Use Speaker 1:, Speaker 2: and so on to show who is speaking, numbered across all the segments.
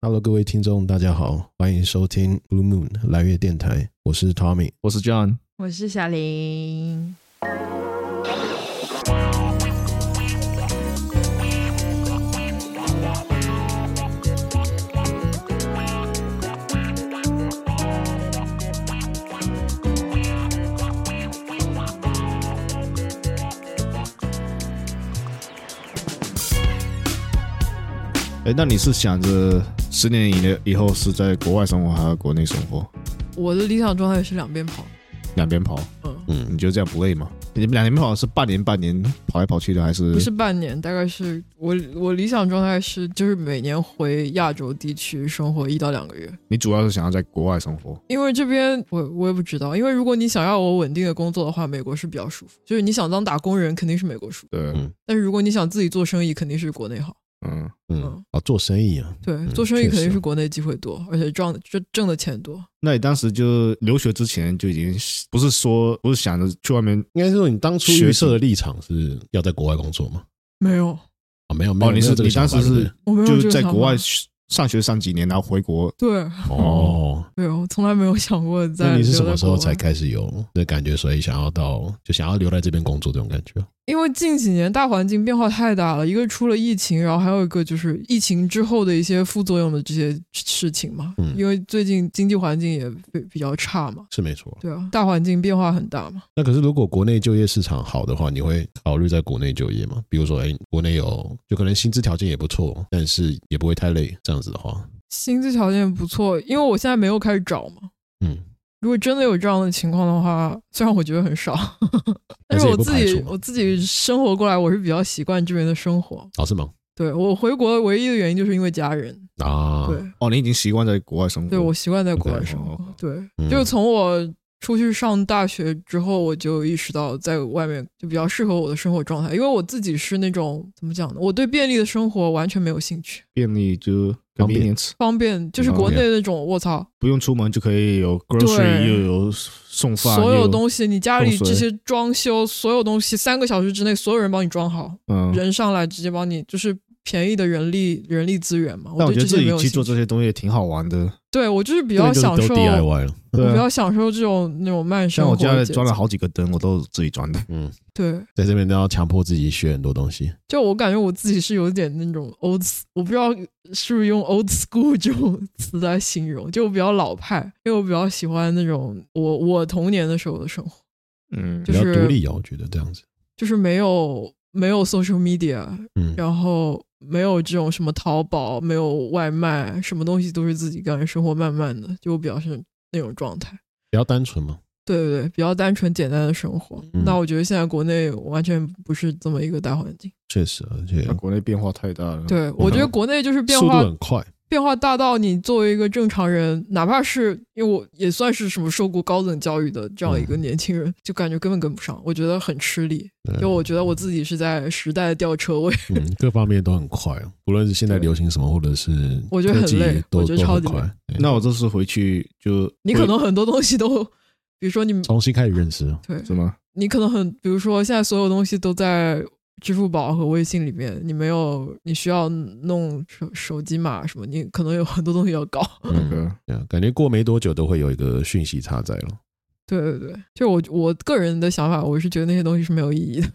Speaker 1: Hello，各位听众，大家好，欢迎收听 Blue Moon 蓝月电台，我是 Tommy。
Speaker 2: 我是 John，
Speaker 3: 我是小林。
Speaker 2: 哎，那你是想着十年以内以后是在国外生活还是国内生活？
Speaker 3: 我的理想状态是两边跑，
Speaker 2: 两边跑，
Speaker 3: 嗯，
Speaker 1: 嗯
Speaker 2: 你觉得这样不累吗？你们两边跑是半年半年跑来跑去的，还
Speaker 1: 嗯
Speaker 2: 是
Speaker 3: 不是半年，大概是我我理想状态是就是每年回亚洲地区生活一到两个月，
Speaker 2: 你主要是想要在国外生活？
Speaker 3: 因为这边我我也不知道，因为如果你想要我稳定的工作的话，美国是比较舒服，就是你想当打工人肯定是美国舒服，
Speaker 2: 对，
Speaker 1: 嗯
Speaker 3: 但是如果你想自己做生意，肯定是国内好。
Speaker 2: 嗯，
Speaker 1: 嗯
Speaker 3: 嗯，
Speaker 1: 啊，做生意啊，
Speaker 3: 对，做生意
Speaker 1: 确实
Speaker 3: 肯定是国内机会多，而且赚挣挣的钱多。
Speaker 2: 那你当时就留学之前就已经不是说不是想着去外面
Speaker 1: 应该说你当初预设的立场是要在国外工作吗？
Speaker 3: 没有，
Speaker 1: 啊，没有，没有，
Speaker 2: 哦你是
Speaker 1: 没有这个
Speaker 2: 你当时
Speaker 1: 想法
Speaker 2: 是
Speaker 1: 对
Speaker 3: 我没有
Speaker 2: 就
Speaker 3: 这
Speaker 2: 是
Speaker 3: 个
Speaker 2: 在
Speaker 3: 想
Speaker 2: 国
Speaker 3: 法
Speaker 2: 外上学上几年，然后回国，
Speaker 3: 对，
Speaker 1: 不对哦。
Speaker 3: 对，我从来没有想过在。
Speaker 1: 那你是什么时候
Speaker 3: 留在国
Speaker 1: 才
Speaker 3: 外
Speaker 1: 开始有这感觉，所以想要到就想要留在这边工作这种感觉？
Speaker 3: 因为近几年大环境变化太大了，一个出了疫情，然后还有一个就是疫情之后的一些副作用的这些事情嘛。
Speaker 1: 嗯
Speaker 3: 因为最近经济环境也比比较差嘛，
Speaker 1: 是没错。
Speaker 3: 对啊，大环境变化很大嘛。
Speaker 1: 那可是如果国内就业市场好的话，你会考虑在国内就业吗？比如说，哎，国内有就可能薪资条件也不错，但是也不会太累，这样子的话，
Speaker 3: 薪资条件不错，因为我现在没有开始找嘛。
Speaker 1: 嗯，
Speaker 3: 如果真的有这样的情况的话，虽然我觉得很少， 但
Speaker 1: 但是
Speaker 3: 是
Speaker 1: 也
Speaker 3: 我
Speaker 1: 不
Speaker 3: 自
Speaker 1: 排
Speaker 3: 己
Speaker 1: 除
Speaker 3: 我自己生活过来，我是比较习惯这边的生活。
Speaker 1: 老是忙
Speaker 3: 对我回国唯一的原因就是因为家人，
Speaker 1: 啊，
Speaker 3: 对、
Speaker 2: 哦，你已经习惯在国外生活，
Speaker 3: 对，我习惯在国外
Speaker 1: OK，
Speaker 3: 生活。
Speaker 2: 哦
Speaker 3: 对，
Speaker 1: 嗯
Speaker 3: 就是从我出去上大学之后，我就意识到在外面就比较适合我的生活状态，因为我自己是那种怎么讲呢？我对便利的生活完全没有兴趣，
Speaker 2: 便利就
Speaker 1: 方便
Speaker 2: convenience，
Speaker 3: 方便就是
Speaker 2: 方
Speaker 3: 国
Speaker 2: 便
Speaker 3: 内那种，我操，
Speaker 2: 不用出门就可以有 grocery，
Speaker 3: 对
Speaker 2: 又有送饭，
Speaker 3: 所
Speaker 2: 又
Speaker 3: 有东西你家里
Speaker 2: 送水
Speaker 3: 这些装修，所有东西三个小时之内，所有人帮你装好，
Speaker 2: 嗯，
Speaker 3: 人上来直接帮你，就是便宜的人力人力资源嘛。
Speaker 2: 但我
Speaker 3: 对
Speaker 2: 觉
Speaker 3: 这
Speaker 2: 得自
Speaker 3: 些没
Speaker 2: 己
Speaker 3: 有
Speaker 2: 去
Speaker 3: 兴
Speaker 2: 做
Speaker 3: 趣，
Speaker 2: 这些东西挺好玩的。
Speaker 3: 对我就是比
Speaker 1: 这
Speaker 3: 较
Speaker 1: 边就是
Speaker 3: 享
Speaker 1: 都
Speaker 3: 受。
Speaker 1: DIY 了，
Speaker 3: 我
Speaker 2: 对
Speaker 3: 比
Speaker 2: 啊，
Speaker 3: 较享受这种那种慢生
Speaker 2: 像
Speaker 3: 活
Speaker 2: 我
Speaker 3: 节奏。
Speaker 2: 家里装了好几个灯，我都自己装的。
Speaker 1: 嗯，
Speaker 3: 对，
Speaker 1: 在这边都要强迫自己学很多东西，
Speaker 3: 就我感觉我自己是有点那种 old，s- 我不知道是不是用 old school 这种 词来形容，就我比较老派，因为我比较喜欢那种我我童年的时候的生活，
Speaker 2: 嗯，
Speaker 3: 就
Speaker 1: 比较
Speaker 3: 是
Speaker 1: 独立哦，我觉得这样子，
Speaker 3: 就是没有没有 social media，
Speaker 1: 嗯，
Speaker 3: 然后没有这种什么淘宝，没有外卖，什么东西都是自己干，生活慢慢的，就我比较是那种状态。
Speaker 1: 比较单纯嘛，
Speaker 3: 对对对，比较单纯简单的生活。
Speaker 1: 嗯
Speaker 3: 那我觉得现在国内完全不是这么一个大环境。
Speaker 1: 确实，啊而且
Speaker 2: 那国内变化太大了。，
Speaker 3: 对，我觉得国内就是变
Speaker 1: 嗯速度
Speaker 3: 化
Speaker 1: 很快，
Speaker 3: 变化大到你作为一个正常人，哪怕是因为我也算是什么受过高等教育的这样一个
Speaker 1: 嗯
Speaker 3: 年轻人，就感觉根本跟不上，我觉得很吃力。
Speaker 1: 对
Speaker 3: 就我觉得我自己是在时代吊车尾，
Speaker 1: 嗯，各方面都很快哦，无论是现在
Speaker 2: 对
Speaker 1: 流行什么，或者是
Speaker 3: 我觉得很
Speaker 1: 科技
Speaker 3: 累
Speaker 1: 都
Speaker 3: 我觉得超级
Speaker 1: 都很
Speaker 3: 累
Speaker 1: 快。对
Speaker 2: 那我这次回去就
Speaker 3: 你可能很多东西都，比如说你
Speaker 1: 重新开始认识，
Speaker 3: 对
Speaker 2: 什么？
Speaker 3: 你可能很，比如说现在所有东西都在支付宝和微信里面，你没有你需要弄手手机码什么，你可能有很多东西要搞。
Speaker 1: 嗯，
Speaker 2: 对，
Speaker 1: 对啊感觉过没多久都会有一个讯息差在了。
Speaker 3: 对对对，就我我个人的想法，我是觉得那些东西是没有意义的。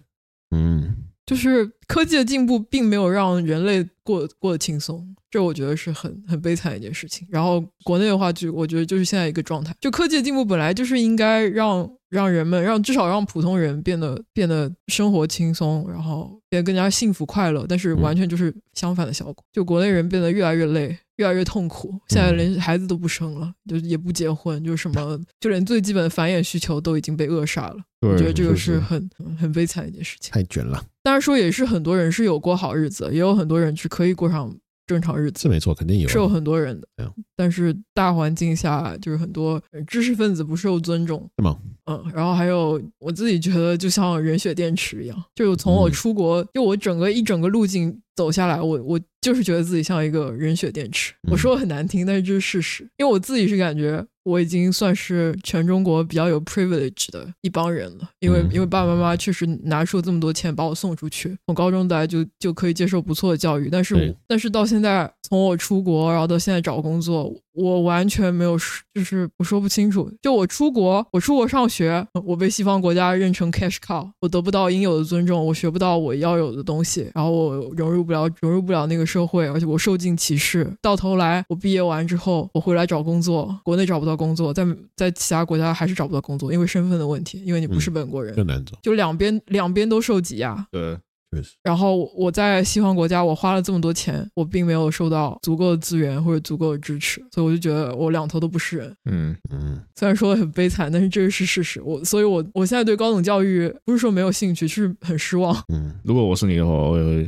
Speaker 1: 嗯，
Speaker 3: 就是科技的进步并没有让人类过过得轻松，这我觉得是很很悲惨的一件事情。然后国内的话，就我觉得就是现在一个状态，就科技的进步本来就是应该让让人们让至少让普通人变得变得生活轻松，然后变得更加幸福快乐，但是
Speaker 1: 嗯
Speaker 3: 完全就是相反的效果。就国内人变得越来越累。越来越痛苦，现在连孩子都不生了，就也不结婚，就是什么，就连最基本的繁衍需求都已经被扼杀了。
Speaker 2: 我
Speaker 3: 我觉得这个是很很悲惨的一件事情。
Speaker 1: 太卷了，
Speaker 3: 当然说也是很多人是有过好日子，也有很多人是可以过上正常日子，
Speaker 1: 是没错，肯定有啊。
Speaker 3: 是哦有很多人的
Speaker 1: 对啊。
Speaker 3: 但是大环境下，就是很多呃知识分子不受尊重，
Speaker 1: 是吗？
Speaker 3: 嗯，然后还有我自己觉得就像人血电池一样，就是从我
Speaker 1: 嗯
Speaker 3: 出国，就我整个一整个路径走下来，我我就是觉得自己像一个人血电池。
Speaker 1: 嗯
Speaker 3: 我说的很难听，但是这是事实，因为我自己是感觉我已经算是全中国比较有 privilege 的一帮人了，因为、
Speaker 1: 嗯
Speaker 3: 因为爸爸妈妈确实拿出这么多钱把我送出去，从高中大家就就可以接受不错的教育，但是
Speaker 1: 对
Speaker 3: 我但是到现在从我出国，然后到现在找工作，我完全没有就是我说不清楚，就我出国，我出国上学，我被西方国家认成 cash cow，我得不到应有的尊重，我学不到我要有的东西，然后我融入不了融入不了那个社会，而且我受尽歧视。到头来，我毕业完之后，我回来找工作，国内找不到工作，在在其他国家还是找不到工作，因为身份的问题，因为你不是本国人，
Speaker 1: 更难找，
Speaker 3: 就两边两边都受挤压。
Speaker 2: 对，
Speaker 1: 确实。
Speaker 3: 然后我在西方国家，我花了这么多钱，我并没有受到足够的资源或者足够的支持，所以我就觉得我两头都不是人。
Speaker 2: 嗯，
Speaker 1: 嗯，
Speaker 3: 虽然说很悲惨，但是这是事实。我所以我，我现在对高等教育不是说没有兴趣，是很失望。
Speaker 1: 嗯，
Speaker 2: 如果我是你的话，我也会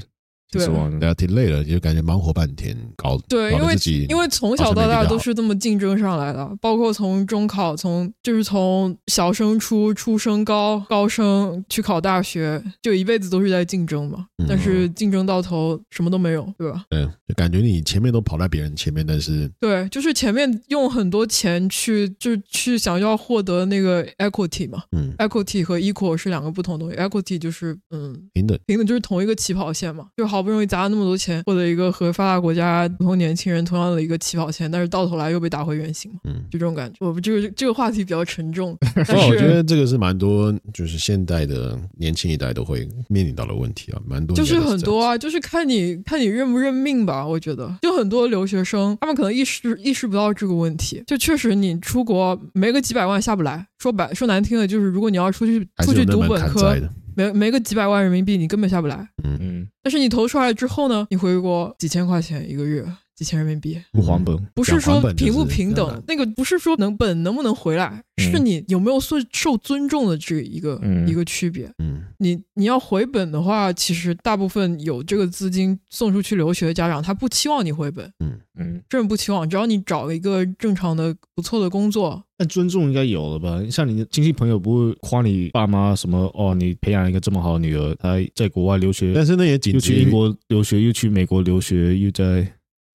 Speaker 2: 挺
Speaker 3: 对
Speaker 2: 失望
Speaker 1: 大
Speaker 2: 的。
Speaker 1: 家挺累了，就感觉忙活半天，搞
Speaker 3: 对，
Speaker 1: 搞
Speaker 3: 因
Speaker 1: 得
Speaker 3: 为
Speaker 1: 自己
Speaker 3: 因为从小到大都是这么竞争上来的，包括从中考，从就是从小升初、初升高、高升去考大学，就一辈子都是在竞争嘛
Speaker 1: 嗯。
Speaker 3: 但是竞争到头什么都没有，对吧？
Speaker 1: 嗯，就感觉你前面都跑在别人前面，但是
Speaker 3: 对，就是前面用很多钱去，就是去想要获得那个 equity 嘛
Speaker 1: 嗯，
Speaker 3: ，equity 和 equal 是两个不同的东西，equity 就是嗯。
Speaker 1: 平等，
Speaker 3: 平等就是同一个起跑线嘛，就好不容易砸了那么多钱，获得一个和发达国家普通年轻人同样的一个起跑线，但是到头来又被打回原形嘛，
Speaker 1: 嗯。
Speaker 3: 就这种感觉。我们这个这个话题比较沉 重，但
Speaker 1: 不过我觉
Speaker 3: 是
Speaker 1: 得这个是蛮多，就是现代的年轻一代都会面临到的问题啊，蛮多
Speaker 3: 就
Speaker 1: 应该
Speaker 3: 是
Speaker 1: 都是
Speaker 3: 很
Speaker 1: 这样
Speaker 3: 多
Speaker 1: 子，
Speaker 3: 啊，就是看你看你认不认命吧。我觉得，就很多留学生，他们可能意识意识不到这个问题。就确实，你出国没个几百万下不来。说白说难听的，就是如果你要出去
Speaker 1: 还
Speaker 3: 出
Speaker 1: 是有
Speaker 3: 去
Speaker 1: 那
Speaker 3: 读
Speaker 1: 门
Speaker 3: 本
Speaker 1: 槛
Speaker 3: 科
Speaker 1: 在，的，
Speaker 3: 没没个几百万人民币，你根本下不来。
Speaker 1: 嗯，
Speaker 2: 嗯，
Speaker 3: 但是你投出来之后呢，你回国几千块钱一个月，几千人民币，
Speaker 1: 嗯
Speaker 2: 不还本，
Speaker 3: 不
Speaker 1: 讲
Speaker 3: 是
Speaker 1: 还
Speaker 3: 说
Speaker 1: 本就
Speaker 3: 平不
Speaker 1: 是
Speaker 3: 平
Speaker 1: 两
Speaker 3: 等
Speaker 1: 难，
Speaker 3: 那个不是说能本能不能回来，是
Speaker 2: 嗯
Speaker 3: 你有没有受受尊重的这一个、
Speaker 2: 嗯
Speaker 3: 一个区别。
Speaker 1: 嗯
Speaker 3: 你你要回本的话，其实大部分有这个资金送出去留学的家长，他不期望你回本，
Speaker 2: 嗯，
Speaker 3: 真的不期望。只要你找一个正常的、不错的工作，
Speaker 2: 但尊重应该有了吧？像你的亲戚朋友不会夸你爸妈什么哦，你培养一个这么好的女儿，她在国外留学，
Speaker 1: 但是那也仅
Speaker 2: 又
Speaker 1: 止
Speaker 2: 去英
Speaker 1: 于
Speaker 2: 国留学，又去美国留学，又在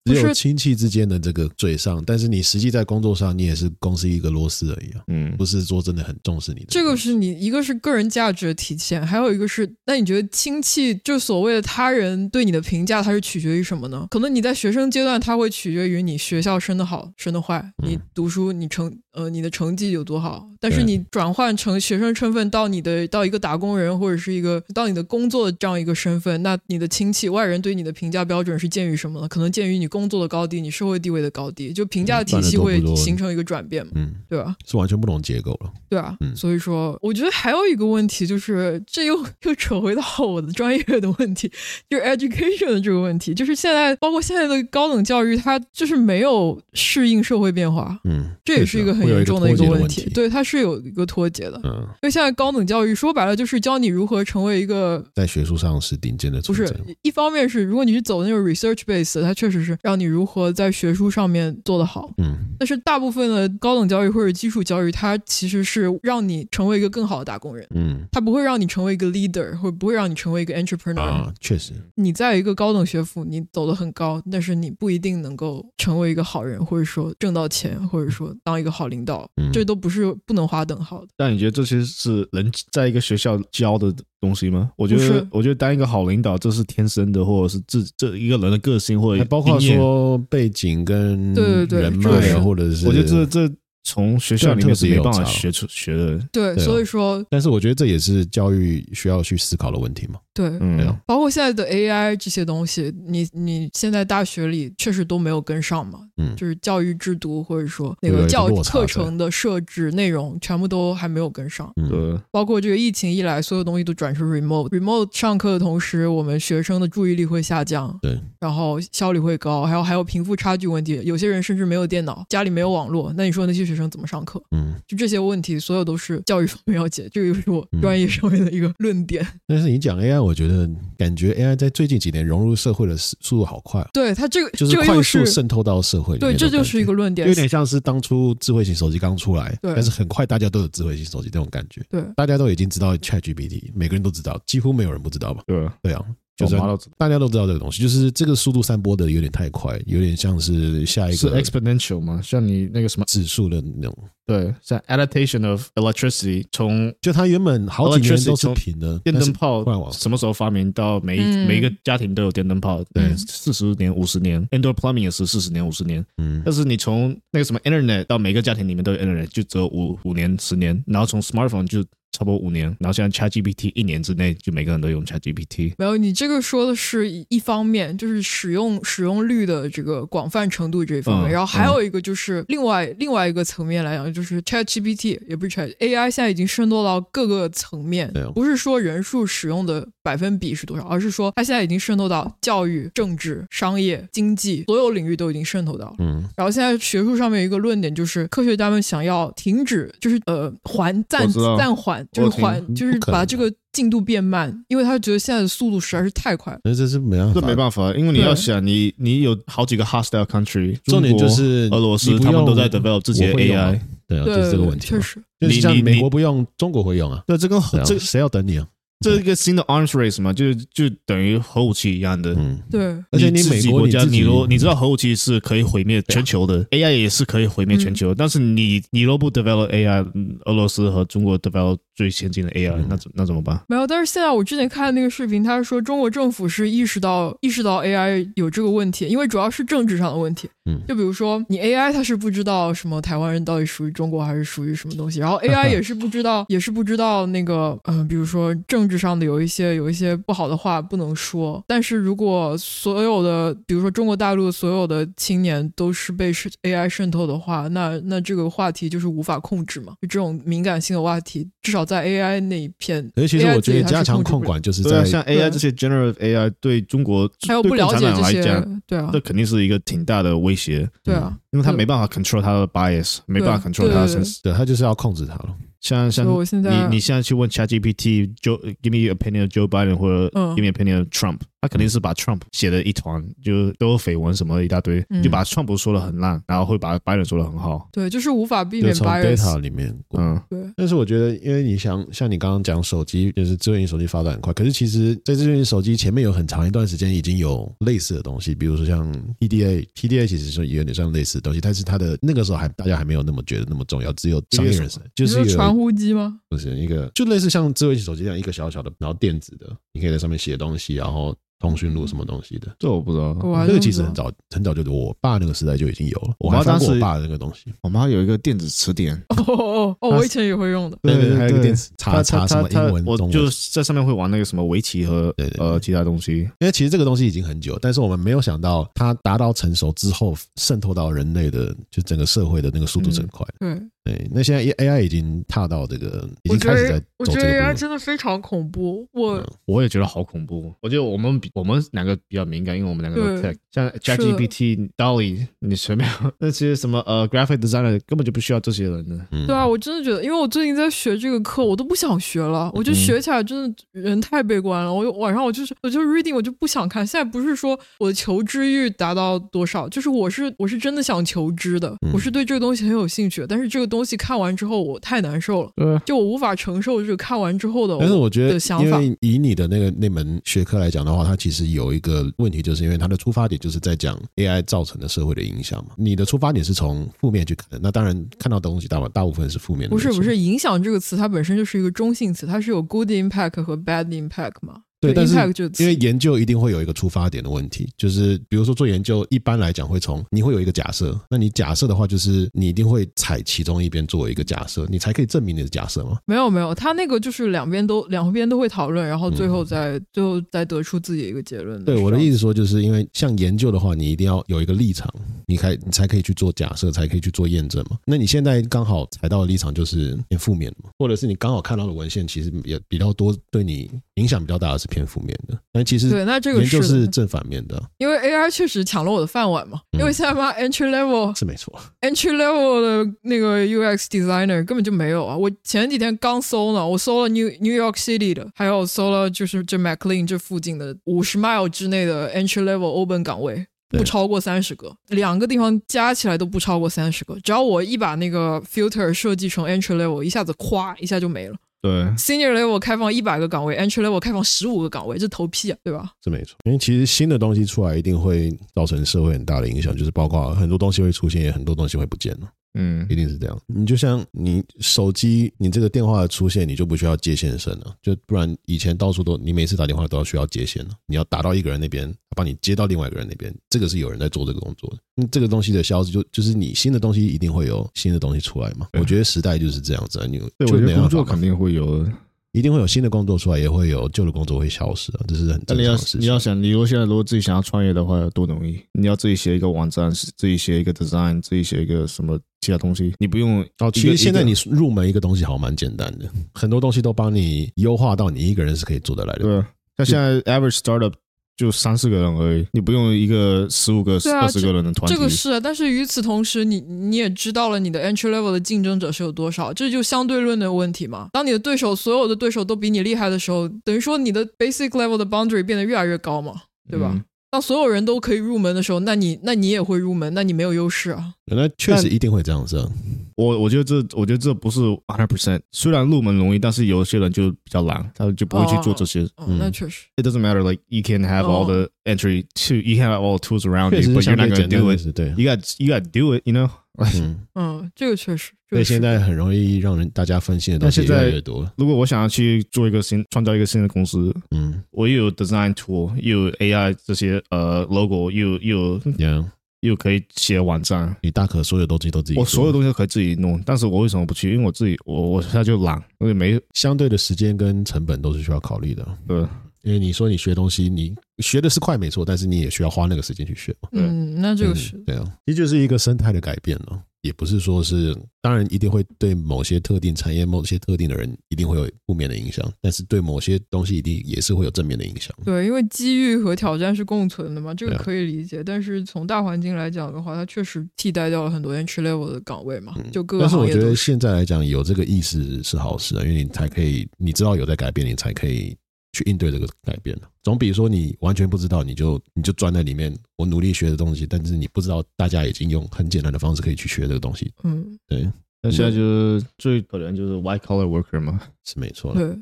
Speaker 1: 只
Speaker 3: 不
Speaker 1: 有
Speaker 3: 是
Speaker 1: 亲戚之间的这个嘴上，但是你实际在工作上，你也是公司一个螺丝而已啊，
Speaker 2: 嗯
Speaker 1: 不是说真的很重视你的。
Speaker 3: 这个是你一个是个人价值的体现，还有一个是，那你觉得亲戚就所谓的他人对你的评价，它是取决于什么呢？可能你在学生阶段，它会取决于你学校升的好，升的坏，
Speaker 1: 嗯
Speaker 3: 你读书你成呃你的成绩有多好。但是
Speaker 1: 对
Speaker 3: 你转换成学生身份到你的到一个打工人或者是一个到你的工作的这样一个身份，那你的亲戚外人对你的评价标准是鉴于什么呢？可能鉴于你工作的高低，你社会地位的高低，就评价的
Speaker 1: 嗯赚
Speaker 3: 体
Speaker 1: 得
Speaker 3: 系
Speaker 1: 多不
Speaker 3: 会
Speaker 1: 多
Speaker 3: 形成一个转变嘛，
Speaker 1: 嗯，
Speaker 3: 对吧？
Speaker 1: 是完全不同结构了。
Speaker 3: 对啊，
Speaker 1: 嗯
Speaker 3: 所以说，我觉得还有一个问题就是，这又 又扯回到我的专业的问题，就是 education 的这个问题，就是现在包括现在的高等教育，它就是没有适应社会变化，
Speaker 1: 嗯，
Speaker 3: 这也是一个很
Speaker 1: 会有
Speaker 3: 严重
Speaker 1: 脱
Speaker 3: 一个
Speaker 1: 节问
Speaker 3: 题。，对，它是有一个脱节的，因
Speaker 1: 嗯，
Speaker 3: 为现在高等教育说白了就是教你如何成为一个
Speaker 1: 在学术上是顶尖的
Speaker 3: 不
Speaker 1: 存
Speaker 3: 是
Speaker 1: 在。，
Speaker 3: 一方面是如果你是走那种 research base，它确实是让你如何在学术上面做得好，
Speaker 1: 嗯，
Speaker 3: 但是大部分的高等教育或者基础教育，它其实是让你成为一个更好的打工人，
Speaker 1: 嗯
Speaker 3: 它不会让你成为一个 leader，或者不会让你成为一个 entrepreneur。
Speaker 1: 啊，确实，
Speaker 3: 你在一个高等学府，你走得很高，但是你不一定能够成为一个好人，或者说挣到钱，或者说当一个好领导，
Speaker 1: 嗯，
Speaker 3: 这都不是不能划等号的。
Speaker 2: 但你觉得这些是人在一个学校教的东西吗？我觉
Speaker 3: 不
Speaker 2: 得
Speaker 3: 是，
Speaker 2: 我觉得当一个好领导，这是天生的，或者是这这一个人的个性，或者
Speaker 1: 还包括
Speaker 2: 经验，
Speaker 1: 说背景跟
Speaker 3: 对对对
Speaker 1: 人
Speaker 3: 就
Speaker 1: 脉
Speaker 3: 是
Speaker 1: 啊，或者是
Speaker 2: 我觉得这这从学校里面啊是没办法
Speaker 1: 这特别有差
Speaker 2: 学出学的。
Speaker 3: 对，
Speaker 1: 对啊
Speaker 3: 所以说
Speaker 1: 但是我觉得这也是教育需要去思考的问题嘛。
Speaker 3: 对。
Speaker 1: 对
Speaker 2: 嗯
Speaker 1: 啊，
Speaker 3: 包括现在的 AI 这些东西，你你现在大学里确实都没有跟上嘛，
Speaker 1: 嗯
Speaker 3: 就是教育制度或者说那
Speaker 1: 有一
Speaker 3: 个
Speaker 1: 个
Speaker 3: 教
Speaker 1: 落差
Speaker 3: 课
Speaker 1: 在
Speaker 3: 程的设置内容，全部都还没有跟上。
Speaker 1: 嗯，
Speaker 2: 对，啊
Speaker 3: 包括这个疫情一来，所有东西都转成 remote。remote 上课的同时，我们学生的注意力会下降，
Speaker 1: 对，
Speaker 3: 然后效率会高，还有还有贫富差距问题，有些人甚至没有电脑，家里没有网络，那你说那些学生怎么上课？
Speaker 1: 嗯。
Speaker 3: 就这些问题，所有都是教育方面要解，这个又是我
Speaker 1: 嗯
Speaker 3: 专业上面的一个论点。
Speaker 1: 但是你讲 AI，我觉得感觉 AI 在最近几年融入社会的速速度好快啊，
Speaker 3: 对他这个
Speaker 1: 就
Speaker 3: 这个
Speaker 1: 快速
Speaker 3: 又是
Speaker 1: 渗透到社会里面
Speaker 3: 对，
Speaker 1: 的
Speaker 3: 这就是一
Speaker 1: 感
Speaker 3: 个论
Speaker 1: 觉
Speaker 3: 点
Speaker 1: 有。点像是当初智慧型手机刚出来，
Speaker 3: 对
Speaker 1: 但是很快大家都有智慧型手机那种感觉，
Speaker 3: 对，
Speaker 1: 大家都已经知道 ChatGPT，每个人都知道，几乎没有人不知道吧？
Speaker 2: 对啊，
Speaker 1: 对啊，就是
Speaker 2: 麻到子
Speaker 1: 大家都知道这个东西，就是这个速度散播的有点太快，有点像是下一
Speaker 2: 是
Speaker 1: 个
Speaker 2: exponential 吗？像你那个什么，
Speaker 1: 指数的那种。
Speaker 2: 对，像 adaptation of electricity 从
Speaker 1: 就它原本好几
Speaker 2: Electricity
Speaker 1: 年都是
Speaker 2: 从
Speaker 1: 平的，
Speaker 2: 电
Speaker 1: 但是
Speaker 2: 灯泡
Speaker 1: 换网
Speaker 2: 什么时候发明到每一、
Speaker 3: 嗯
Speaker 2: 每一个家庭都有电灯泡？对，
Speaker 3: 嗯
Speaker 2: 四十年、五十年，indoor plumbing 也是四十年、五十年。
Speaker 1: 嗯，
Speaker 2: 但是你从那个什么 internet 到每个家庭里面都有 internet，就只有五五年、十年，然后从 smartphone 就差不多五年，然后现在 ChatGPT 一年之内就每个人都用 ChatGPT。
Speaker 3: 没有，你这个说的是一一方面，就是使用使用率的这个广泛程度这一方面，
Speaker 2: 嗯
Speaker 3: 然后还有一个就是另外、另外一个层面来讲，就是 ChatGPT 也不是 Chat AI 现在已经渗透到各个层面
Speaker 1: 对啊，
Speaker 3: 不是说人数使用的百分比是多少，而是说它现在已经渗透到教育、政治、商业、经济所有领域都已经渗透到了。
Speaker 1: 嗯，
Speaker 3: 然后现在学术上面有一个论点，就是科学家们想要停止，就是呃缓暂
Speaker 2: 知道
Speaker 3: 暂缓，就
Speaker 2: 我
Speaker 3: 是
Speaker 2: 听
Speaker 3: 缓，就是
Speaker 1: 不可能
Speaker 3: 把这个进度变慢，因为他觉得现在的速度实在是太快了。
Speaker 1: 那这是没办法，
Speaker 2: 这没办法，因为你
Speaker 3: 对
Speaker 2: 要想你，你有好几个 hostile country，
Speaker 1: 重点
Speaker 2: 中国
Speaker 1: 就是
Speaker 2: 俄罗斯，
Speaker 1: 你不
Speaker 2: 他们都
Speaker 1: 用
Speaker 2: 在 develop 自己的
Speaker 1: 我会用啊
Speaker 2: AI。
Speaker 1: 对啊，
Speaker 3: 对，
Speaker 1: 就是这个问题
Speaker 3: 确
Speaker 1: 嘛。
Speaker 3: 实，
Speaker 1: 就是像
Speaker 2: 你你
Speaker 1: 美国不用，中国会用啊。
Speaker 2: 对，这跟
Speaker 1: 对啊
Speaker 2: 这
Speaker 1: 谁要等你啊？
Speaker 2: 这一个新的 arms race 嘛，就就等于核武器一样的。
Speaker 1: 嗯，
Speaker 3: 对，
Speaker 1: 而且
Speaker 2: 你
Speaker 1: 你
Speaker 2: 自
Speaker 1: 美
Speaker 2: 己嗯啊
Speaker 1: 国
Speaker 2: 国家，
Speaker 1: 你
Speaker 2: 你
Speaker 1: 如
Speaker 2: 若你知道核武器是可以毁灭全球的、a i 也是可以毁灭全球，但是你你若不 develop AI，嗯俄罗斯和中国 develop 最先进的 AI，、
Speaker 1: 嗯
Speaker 2: 那怎那怎么办？
Speaker 3: 没有。但是现在我之前看的那个视频，他是说中国政府是意识到意识到 AI 有这个问题，因为主要是政治上的问题。
Speaker 1: 嗯
Speaker 3: 就比如说你 AI 它是不知道什么台湾人到底属于中国还是属于什么东西，然后 AI 也是不 知道也是不知道那个嗯、呃比如说政治上的有一些有一些不好的话不能说，但是如果所有的比如说中国大陆所有的青年都是被渗 AI 渗透的话，那那这个话题就是无法控制嘛，就这种敏感性的话题，至少在 AI 那一片，
Speaker 1: 可是其实
Speaker 3: AI
Speaker 1: 我觉得
Speaker 3: 自己还是
Speaker 1: 加强
Speaker 3: 控制不
Speaker 1: 控
Speaker 3: 了，
Speaker 1: 管就是
Speaker 2: 对啊，
Speaker 1: 在
Speaker 2: 像 AI
Speaker 3: 对
Speaker 2: 这些 generative AI 对中国
Speaker 3: 还有不了解
Speaker 2: 对共
Speaker 3: 这
Speaker 2: 产党来
Speaker 3: 些
Speaker 2: 讲，，
Speaker 3: 对啊
Speaker 2: 这，肯定是一个挺大的威胁，
Speaker 3: 对啊。
Speaker 2: 因为他
Speaker 3: 对
Speaker 2: 没办法 control 他的 bias，没办法
Speaker 3: 对
Speaker 2: control 他的
Speaker 3: 对对
Speaker 2: sense。
Speaker 1: 对，他就是要控制它了。
Speaker 2: 像像
Speaker 3: 所以我现在
Speaker 2: 你你现在去问 ChatGPT Joe give me your opinion of Joe Biden 或者
Speaker 3: 嗯
Speaker 2: give me opinion of Trump，他肯定是把 Trump 写的一团，就都有绯闻什么一大堆，
Speaker 3: 嗯
Speaker 2: 就把 Trump 说的很烂，然后会把 Biden 说的很好。
Speaker 3: 对，就是无法避
Speaker 1: 就
Speaker 3: 免
Speaker 1: 从
Speaker 3: bias，
Speaker 1: data 里面过。
Speaker 2: 嗯，
Speaker 3: 对，
Speaker 1: 但是我觉得，因为你想像你刚刚讲手机，就是智慧型手机发展很快，可是其实在智慧型手机前面有很长一段时间已经有类似的东西，比如说像 TDA，TDA 其实说也有点像类似的东西，但是它的那个时候还大家还没有那么觉得那么重要，只有商业人士就
Speaker 3: 你
Speaker 1: 是
Speaker 3: 说
Speaker 1: 有
Speaker 3: 传呼机吗？
Speaker 1: 不是一个就类似像智慧型手机这样一个小小的，然后电子的，你可以在上面写东西，然后通讯录什么东西的。
Speaker 2: 这我不知道。
Speaker 3: 我还
Speaker 1: 那个
Speaker 3: 真
Speaker 1: 其
Speaker 3: 不知
Speaker 1: 实
Speaker 3: 道
Speaker 1: 很早很早就我爸那个时代就已经有了，我还
Speaker 2: 我妈
Speaker 1: 翻
Speaker 2: 当
Speaker 1: 过
Speaker 2: 时
Speaker 1: 我爸的那个东西。
Speaker 2: 我妈有一个电子词典，
Speaker 3: 哦哦哦，
Speaker 2: 它
Speaker 3: 我
Speaker 2: 是
Speaker 3: 以前也会用的。
Speaker 1: 对，还有一个电
Speaker 2: 子。
Speaker 1: 子查查什么英文、
Speaker 2: 我
Speaker 1: 中文。
Speaker 2: 就是在上面会玩那个什么围棋和
Speaker 1: 对对对
Speaker 2: 呃其他东西，
Speaker 1: 因为其实这个东西已经很久，但是我们没有想到它达到成熟之后，渗透到人类的就整个社会的那个速度是很快。
Speaker 3: 对，
Speaker 1: 对，那现在 AI 已经踏到这个，已
Speaker 3: 我
Speaker 1: 经
Speaker 3: 觉
Speaker 1: 开始在
Speaker 3: 得我
Speaker 1: 走
Speaker 3: 觉
Speaker 1: 这
Speaker 3: 得 AI
Speaker 1: 个
Speaker 3: 真的非常恐怖。我、
Speaker 1: 嗯
Speaker 2: 我也觉得好恐怖。我觉得我们比我们两个比较敏感，因为我们两个都
Speaker 3: 对
Speaker 2: tech，像 ChatGPT、Dolly，你随便 那些什么呃 graphic designer 根本就不需要这些人的。
Speaker 1: 步。
Speaker 3: 对啊，
Speaker 1: 嗯
Speaker 3: 我真的觉得，因为我最近在学这个课，我都不想学了。我就
Speaker 2: 嗯
Speaker 3: 学起来真的人太悲观了。我就晚上我就是我就 reading，我就不想看。现在不是说我的求知欲达到多少，就是我是我是真的想求知的，
Speaker 1: 嗯
Speaker 3: 我是对这个东西很有兴趣的。但是这个东西看完之后，我太难受了，
Speaker 2: 对，
Speaker 3: 就我无法承受这个看完之后的。
Speaker 1: 啊但是我觉得
Speaker 3: 的，想
Speaker 1: 因
Speaker 3: 法
Speaker 1: 为以你的那个那门学科来讲的话，它其实有一个问题，就是因为它的出发点就是在讲 AI 造成的社会的影响嘛。你的出发点是从负面去看的，那当然看到的东西大大部分是负面的。
Speaker 3: 不是
Speaker 1: 没错
Speaker 3: 不是，影响这个词它本身就是一个中性词，它是有 good impact 和 bad impact 嘛？
Speaker 1: 对，但是
Speaker 3: impact 这个词
Speaker 1: 因为研究一定会有一个出发点的问题，就是比如说做研究，一般来讲会从你会有一个假设，那你假设的话，就是你一定会采其中一边作为一个假设，你才可以证明你的假设嘛。
Speaker 3: 没有没有，他那个就是两边都两边都会讨论，然后最后再、最后再得出自己一个结论。
Speaker 1: 嗯对，我的意
Speaker 3: 思，
Speaker 1: 思说，就是因为像研究的话，你一定要有一个立场，你才你才可以去做假设，才可以去做验证嘛。那你现在刚好踩到的立场就是偏负面的嘛，或者是你刚好看到的文献其实也比较多，对你影响比较大的是偏负面的，但其实
Speaker 3: 对，那这个
Speaker 1: 研究
Speaker 3: 是
Speaker 1: 是
Speaker 3: 的
Speaker 1: 正反面的，啊
Speaker 3: 因为 AI 确实抢了我的饭碗嘛。因为
Speaker 1: 嗯
Speaker 3: 现在嘛，entry level
Speaker 1: 是没错。
Speaker 3: entry level 的那个 UX designer 根本就没有啊！我前几天刚搜呢，我搜了 New New York City 的，还有搜了就是这 McLean 这附近的五十 mile 之内的 entry level open 岗位。
Speaker 1: 对
Speaker 3: 不超过三十个，两个地方加起来都不超过三十个。只要我一把那个 filter 设计成 entry level，一下子咵一下就没了。
Speaker 2: 对，
Speaker 3: senior level 开放一百个岗位，entry level 开放十五个岗位，这头屁啊，对吧？
Speaker 1: 是没错，因为其实新的东西出来一定会造成社会很大的影响，就是包括很多东西会出现，也很多东西会不见了，
Speaker 2: 嗯
Speaker 1: 一定是这样。你就像你手机，你这个电话的出现，你就不需要接线生了，就不然以前到处都你每次打电话都要需要接线了，你要打到一个人那边，帮你接到另外一个人那边，这个是有人在做这个工作的。那这个东西的消失，就就是你新的东西一定会有新的东西出来嘛？
Speaker 2: 对啊
Speaker 1: 我觉得时代就是这样子啊，你
Speaker 2: 对，
Speaker 1: 就
Speaker 2: 我觉
Speaker 1: 没办
Speaker 2: 得工
Speaker 1: 法
Speaker 2: 作
Speaker 1: 嘛
Speaker 2: 肯定会有的，
Speaker 1: 一定会有新的工作出来，也会有旧的工作会消失啊，这是很
Speaker 2: 但
Speaker 1: 正
Speaker 2: 你
Speaker 1: 常
Speaker 2: 要
Speaker 1: 的事
Speaker 2: 你
Speaker 1: 情。
Speaker 2: 要想，你如果现在如果自己想要创业的话，有多容易？你要自己写一个网站，自己写一个 design，自己写一个什么其他东西，你不用一个。
Speaker 1: 哦，其实现在
Speaker 2: 一个
Speaker 1: 你入门一个东西好像蛮简单的，很多东西都帮你优化到你一个人是可以做得来的。
Speaker 2: 对，啊像现在 average startup 就三四个人而已，你不用一个十五个、
Speaker 3: 对啊
Speaker 2: 二十个人的团体。
Speaker 3: 这个是啊，但是与此同时，你你也知道了你的 entry level 的竞争者是有多少，这就相对论的问题嘛。当你的对手所有的对手都比你厉害的时候，等于说你的 basic level 的 boundary 变得越来越高嘛，对吧？
Speaker 2: 嗯
Speaker 3: 当所有人都可以入门的时候，那你那你也会入门，那你没有优势啊。
Speaker 1: 那确实一定会这样子啊。
Speaker 2: 我我觉得这我觉得这不是 hundred percent，虽然入门容易，但是有些人就比较懒，他就不会去做这些。
Speaker 3: 哦，Oh.
Speaker 1: 嗯
Speaker 3: 那确实，
Speaker 2: It doesn't matter, like you can have all the entry to, you can have all the tools around
Speaker 1: 确
Speaker 2: you,
Speaker 1: 实是
Speaker 2: but you're
Speaker 1: 相
Speaker 2: not
Speaker 1: 对
Speaker 2: gonna
Speaker 1: 简单
Speaker 2: do
Speaker 1: 的
Speaker 2: it.
Speaker 1: 事，对，
Speaker 2: You got you got do it, you know.
Speaker 1: 嗯，
Speaker 3: 嗯，这个确实。这
Speaker 1: 对，
Speaker 3: 个是
Speaker 1: 现在很容易让人大家分心的东西
Speaker 2: 那
Speaker 1: 也
Speaker 2: 现
Speaker 1: 越
Speaker 2: 在
Speaker 1: 来越多了。
Speaker 2: 如果我想要去做一个新创造一个新的公司，
Speaker 1: 嗯，
Speaker 2: 我又有 design tool，又有 AI 这些呃 logo，又又
Speaker 1: 这样
Speaker 2: 又可以写网站，
Speaker 1: 你大可所有东西都自己做，
Speaker 2: 我所有东西都可以自己弄，但是我为什么不去？因为我自己，我我现在就懒，我也没
Speaker 1: 相对的时间跟成本都是需要考虑的啊。
Speaker 2: 呃，
Speaker 1: 因为你说你学东西，你学的是快没错，但是你也需要花那个时间去学嘛。
Speaker 3: 嗯，那这个
Speaker 1: 嗯
Speaker 3: 是。
Speaker 1: 对啊，这就是一个生态的改变了。也不是说是，当然一定会对某些特定产业、某些特定的人一定会有负面的影响，但是对某些东西一定也是会有正面的影响。
Speaker 3: 对，因为机遇和挑战是共存的嘛，这个
Speaker 1: 对啊
Speaker 3: 可以理解。但是从大环境来讲的话，它确实替代掉了很多 entry level 的岗位嘛，就各
Speaker 1: 嗯
Speaker 3: 个
Speaker 1: 但是
Speaker 3: 行
Speaker 1: 我
Speaker 3: 业
Speaker 1: 觉
Speaker 3: 都
Speaker 1: 得
Speaker 3: 是。
Speaker 1: 现在来讲，有这个意识是好事啊，因为你才可以，你知道有在改变，你才可以去应对这个改变啊总比说你完全不知道，你就你就钻在里面，我努力学的东西，但是你不知道大家已经用很简单的方式可以去学这个东西，
Speaker 3: 嗯，
Speaker 1: 对，
Speaker 2: 那现在就是最可能就是 white collar worker 嘛，
Speaker 1: 是没错的。
Speaker 3: 对，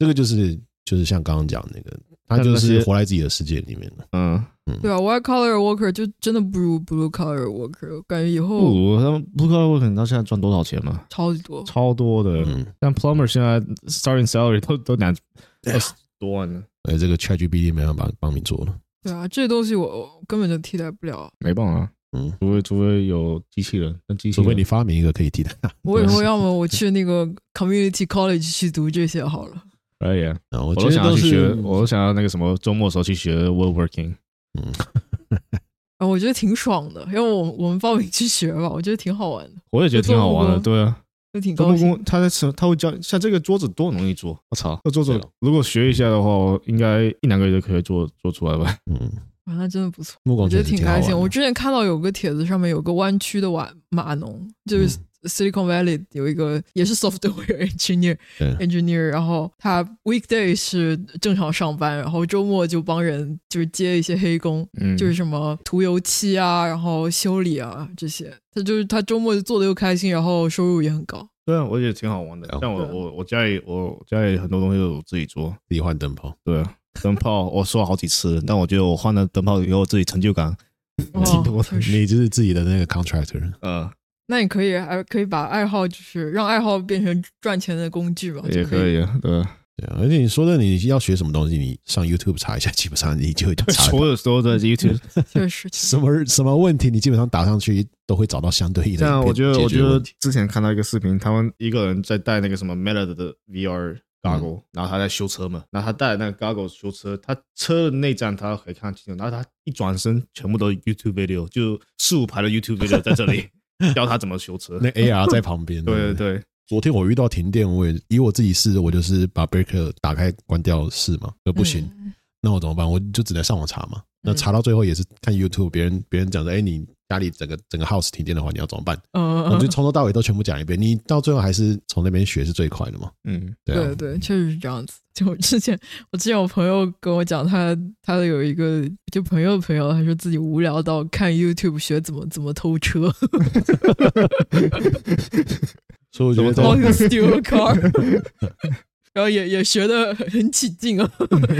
Speaker 1: 这个就是就是像刚刚讲那个，他
Speaker 2: 像
Speaker 1: 就
Speaker 2: 那
Speaker 1: 是
Speaker 2: 些
Speaker 1: 活在自己的世界里面的。
Speaker 2: 嗯，
Speaker 3: 对啊，white collar worker 就真的不如 blue collar worker，我感觉以
Speaker 2: 不
Speaker 3: 后
Speaker 2: 如他们 blue collar worker 你知道现在赚多少钱吗？
Speaker 3: 超级多。
Speaker 2: 超多的，
Speaker 1: 嗯，
Speaker 2: 像 plumber 现在 starting salary 都都两
Speaker 1: 啊
Speaker 2: 二十多万呢，
Speaker 1: 而哎这个 ChatGPT 没办法帮你做了。
Speaker 3: 对啊，这东西我我根本就替代不了。
Speaker 2: 没办法，
Speaker 1: 嗯，
Speaker 2: 除非除非有机器人，那机器
Speaker 1: 除
Speaker 2: 人
Speaker 1: 非你发明一个可以替代。
Speaker 3: 我以后要么我去那个 community college 去读这些好了。
Speaker 2: 可以啊，
Speaker 1: 啊，我
Speaker 2: 我
Speaker 1: 觉
Speaker 2: 都
Speaker 1: 得
Speaker 2: 想要
Speaker 1: 都
Speaker 2: 去学，
Speaker 1: 是
Speaker 2: 我都想要那个什么周末的时候去学 woodworking，
Speaker 1: 嗯，
Speaker 3: 啊，我觉得挺爽的，要不我我们报名去学吧，我觉得挺好玩的，
Speaker 2: 我也觉得挺好玩的，
Speaker 3: 做木工
Speaker 2: 对啊。
Speaker 3: 就挺
Speaker 2: 做
Speaker 3: 高
Speaker 2: 木
Speaker 3: 兴。
Speaker 2: 工，他在什他会教，像这个桌子多容易做，我哦操，这桌
Speaker 1: 对
Speaker 2: 子
Speaker 1: 了
Speaker 2: 如果学一下的话，我应该一两个月就可以做做出来吧。
Speaker 1: 嗯，
Speaker 3: 啊，那真的不错。
Speaker 1: 木工
Speaker 3: 我觉得
Speaker 1: 确实
Speaker 3: 挺
Speaker 1: 好
Speaker 3: 开
Speaker 1: 玩
Speaker 3: 心。
Speaker 1: 的
Speaker 3: 我之前看到有个帖子，上面有个湾区的瓦码农，就是
Speaker 1: 嗯
Speaker 3: Silicon Valley 有一个也是 software engineer
Speaker 1: 对
Speaker 3: engineer，然后他 weekday 是正常上班，然后周末就帮人就是接一些黑工，
Speaker 2: 嗯，
Speaker 3: 就是什么涂油漆啊，然后修理啊这些。他就是他周末做的又开心，然后收入也很高。
Speaker 2: 对啊，我觉得挺好玩的
Speaker 1: 对啊。
Speaker 2: 像我
Speaker 3: 对啊
Speaker 2: 我我家里我家里很多东西都我自己做，
Speaker 1: 自己换灯
Speaker 3: 哦
Speaker 1: 泡，
Speaker 2: 对啊，灯泡我说了好几次，但我觉得我换了灯泡以后自己成就感挺多
Speaker 3: 哦，
Speaker 2: 的
Speaker 3: 确实。
Speaker 1: 你就是自己的那个 contractor。
Speaker 2: 呃
Speaker 3: 那你可以还可以把爱好就是让爱好变成赚钱的工具嘛，
Speaker 2: 也
Speaker 3: 就
Speaker 2: 可
Speaker 3: 以。
Speaker 2: 以啊，对啊。
Speaker 1: 对啊，而且你说的你要学什么东西，你上 YouTube 查一下，基本上你就查得
Speaker 2: 所
Speaker 1: 到
Speaker 2: 有所有的 YouTube，
Speaker 3: 确实，确实
Speaker 1: 什么什么问题，你基本上打上去都会找到相对应的影
Speaker 2: 像
Speaker 1: 片
Speaker 2: 啊我觉得
Speaker 1: 解
Speaker 2: 我
Speaker 1: 决
Speaker 2: 觉
Speaker 1: 问
Speaker 2: 得
Speaker 1: 题。
Speaker 2: 之前看到一个视频，他们一个人在戴那个什么 Meta 的 VR goggle，、然后他在修车嘛，然后他戴那个 goggle 修车，他车的内脏他可以看清楚，然后他一转身全部都是 YouTube video，就四五排的 YouTube video 在这 里教他怎么修车。
Speaker 1: 那 AR 在旁边，
Speaker 2: 对对
Speaker 1: 不
Speaker 2: 对，
Speaker 1: 昨天我遇到停电，我也以我自己试，我就是把 breaker 打开关掉试嘛，那不行，
Speaker 3: 嗯
Speaker 1: 那我怎么办？我就只能上网查嘛。那
Speaker 3: 嗯
Speaker 1: 查到最后也是看 YouTube，别人别人讲的，哎，你家里整个整个 house 停电的话，你要怎么办？
Speaker 3: 嗯，嗯
Speaker 1: 我就从头到尾都全部讲一遍，你到最后还是从那边学是最快的嘛。
Speaker 2: 嗯，
Speaker 1: 对啊，
Speaker 3: 对对，确实是这样子。就我之前，我之前我朋友跟我讲，他他的有一个就朋友的朋友，他说自己无 聊到看 YouTube 学怎么怎么偷车，
Speaker 1: 所以我觉得
Speaker 2: 怎么
Speaker 3: How
Speaker 1: 在，
Speaker 3: to steal a car，然后也也学的很起劲 啊，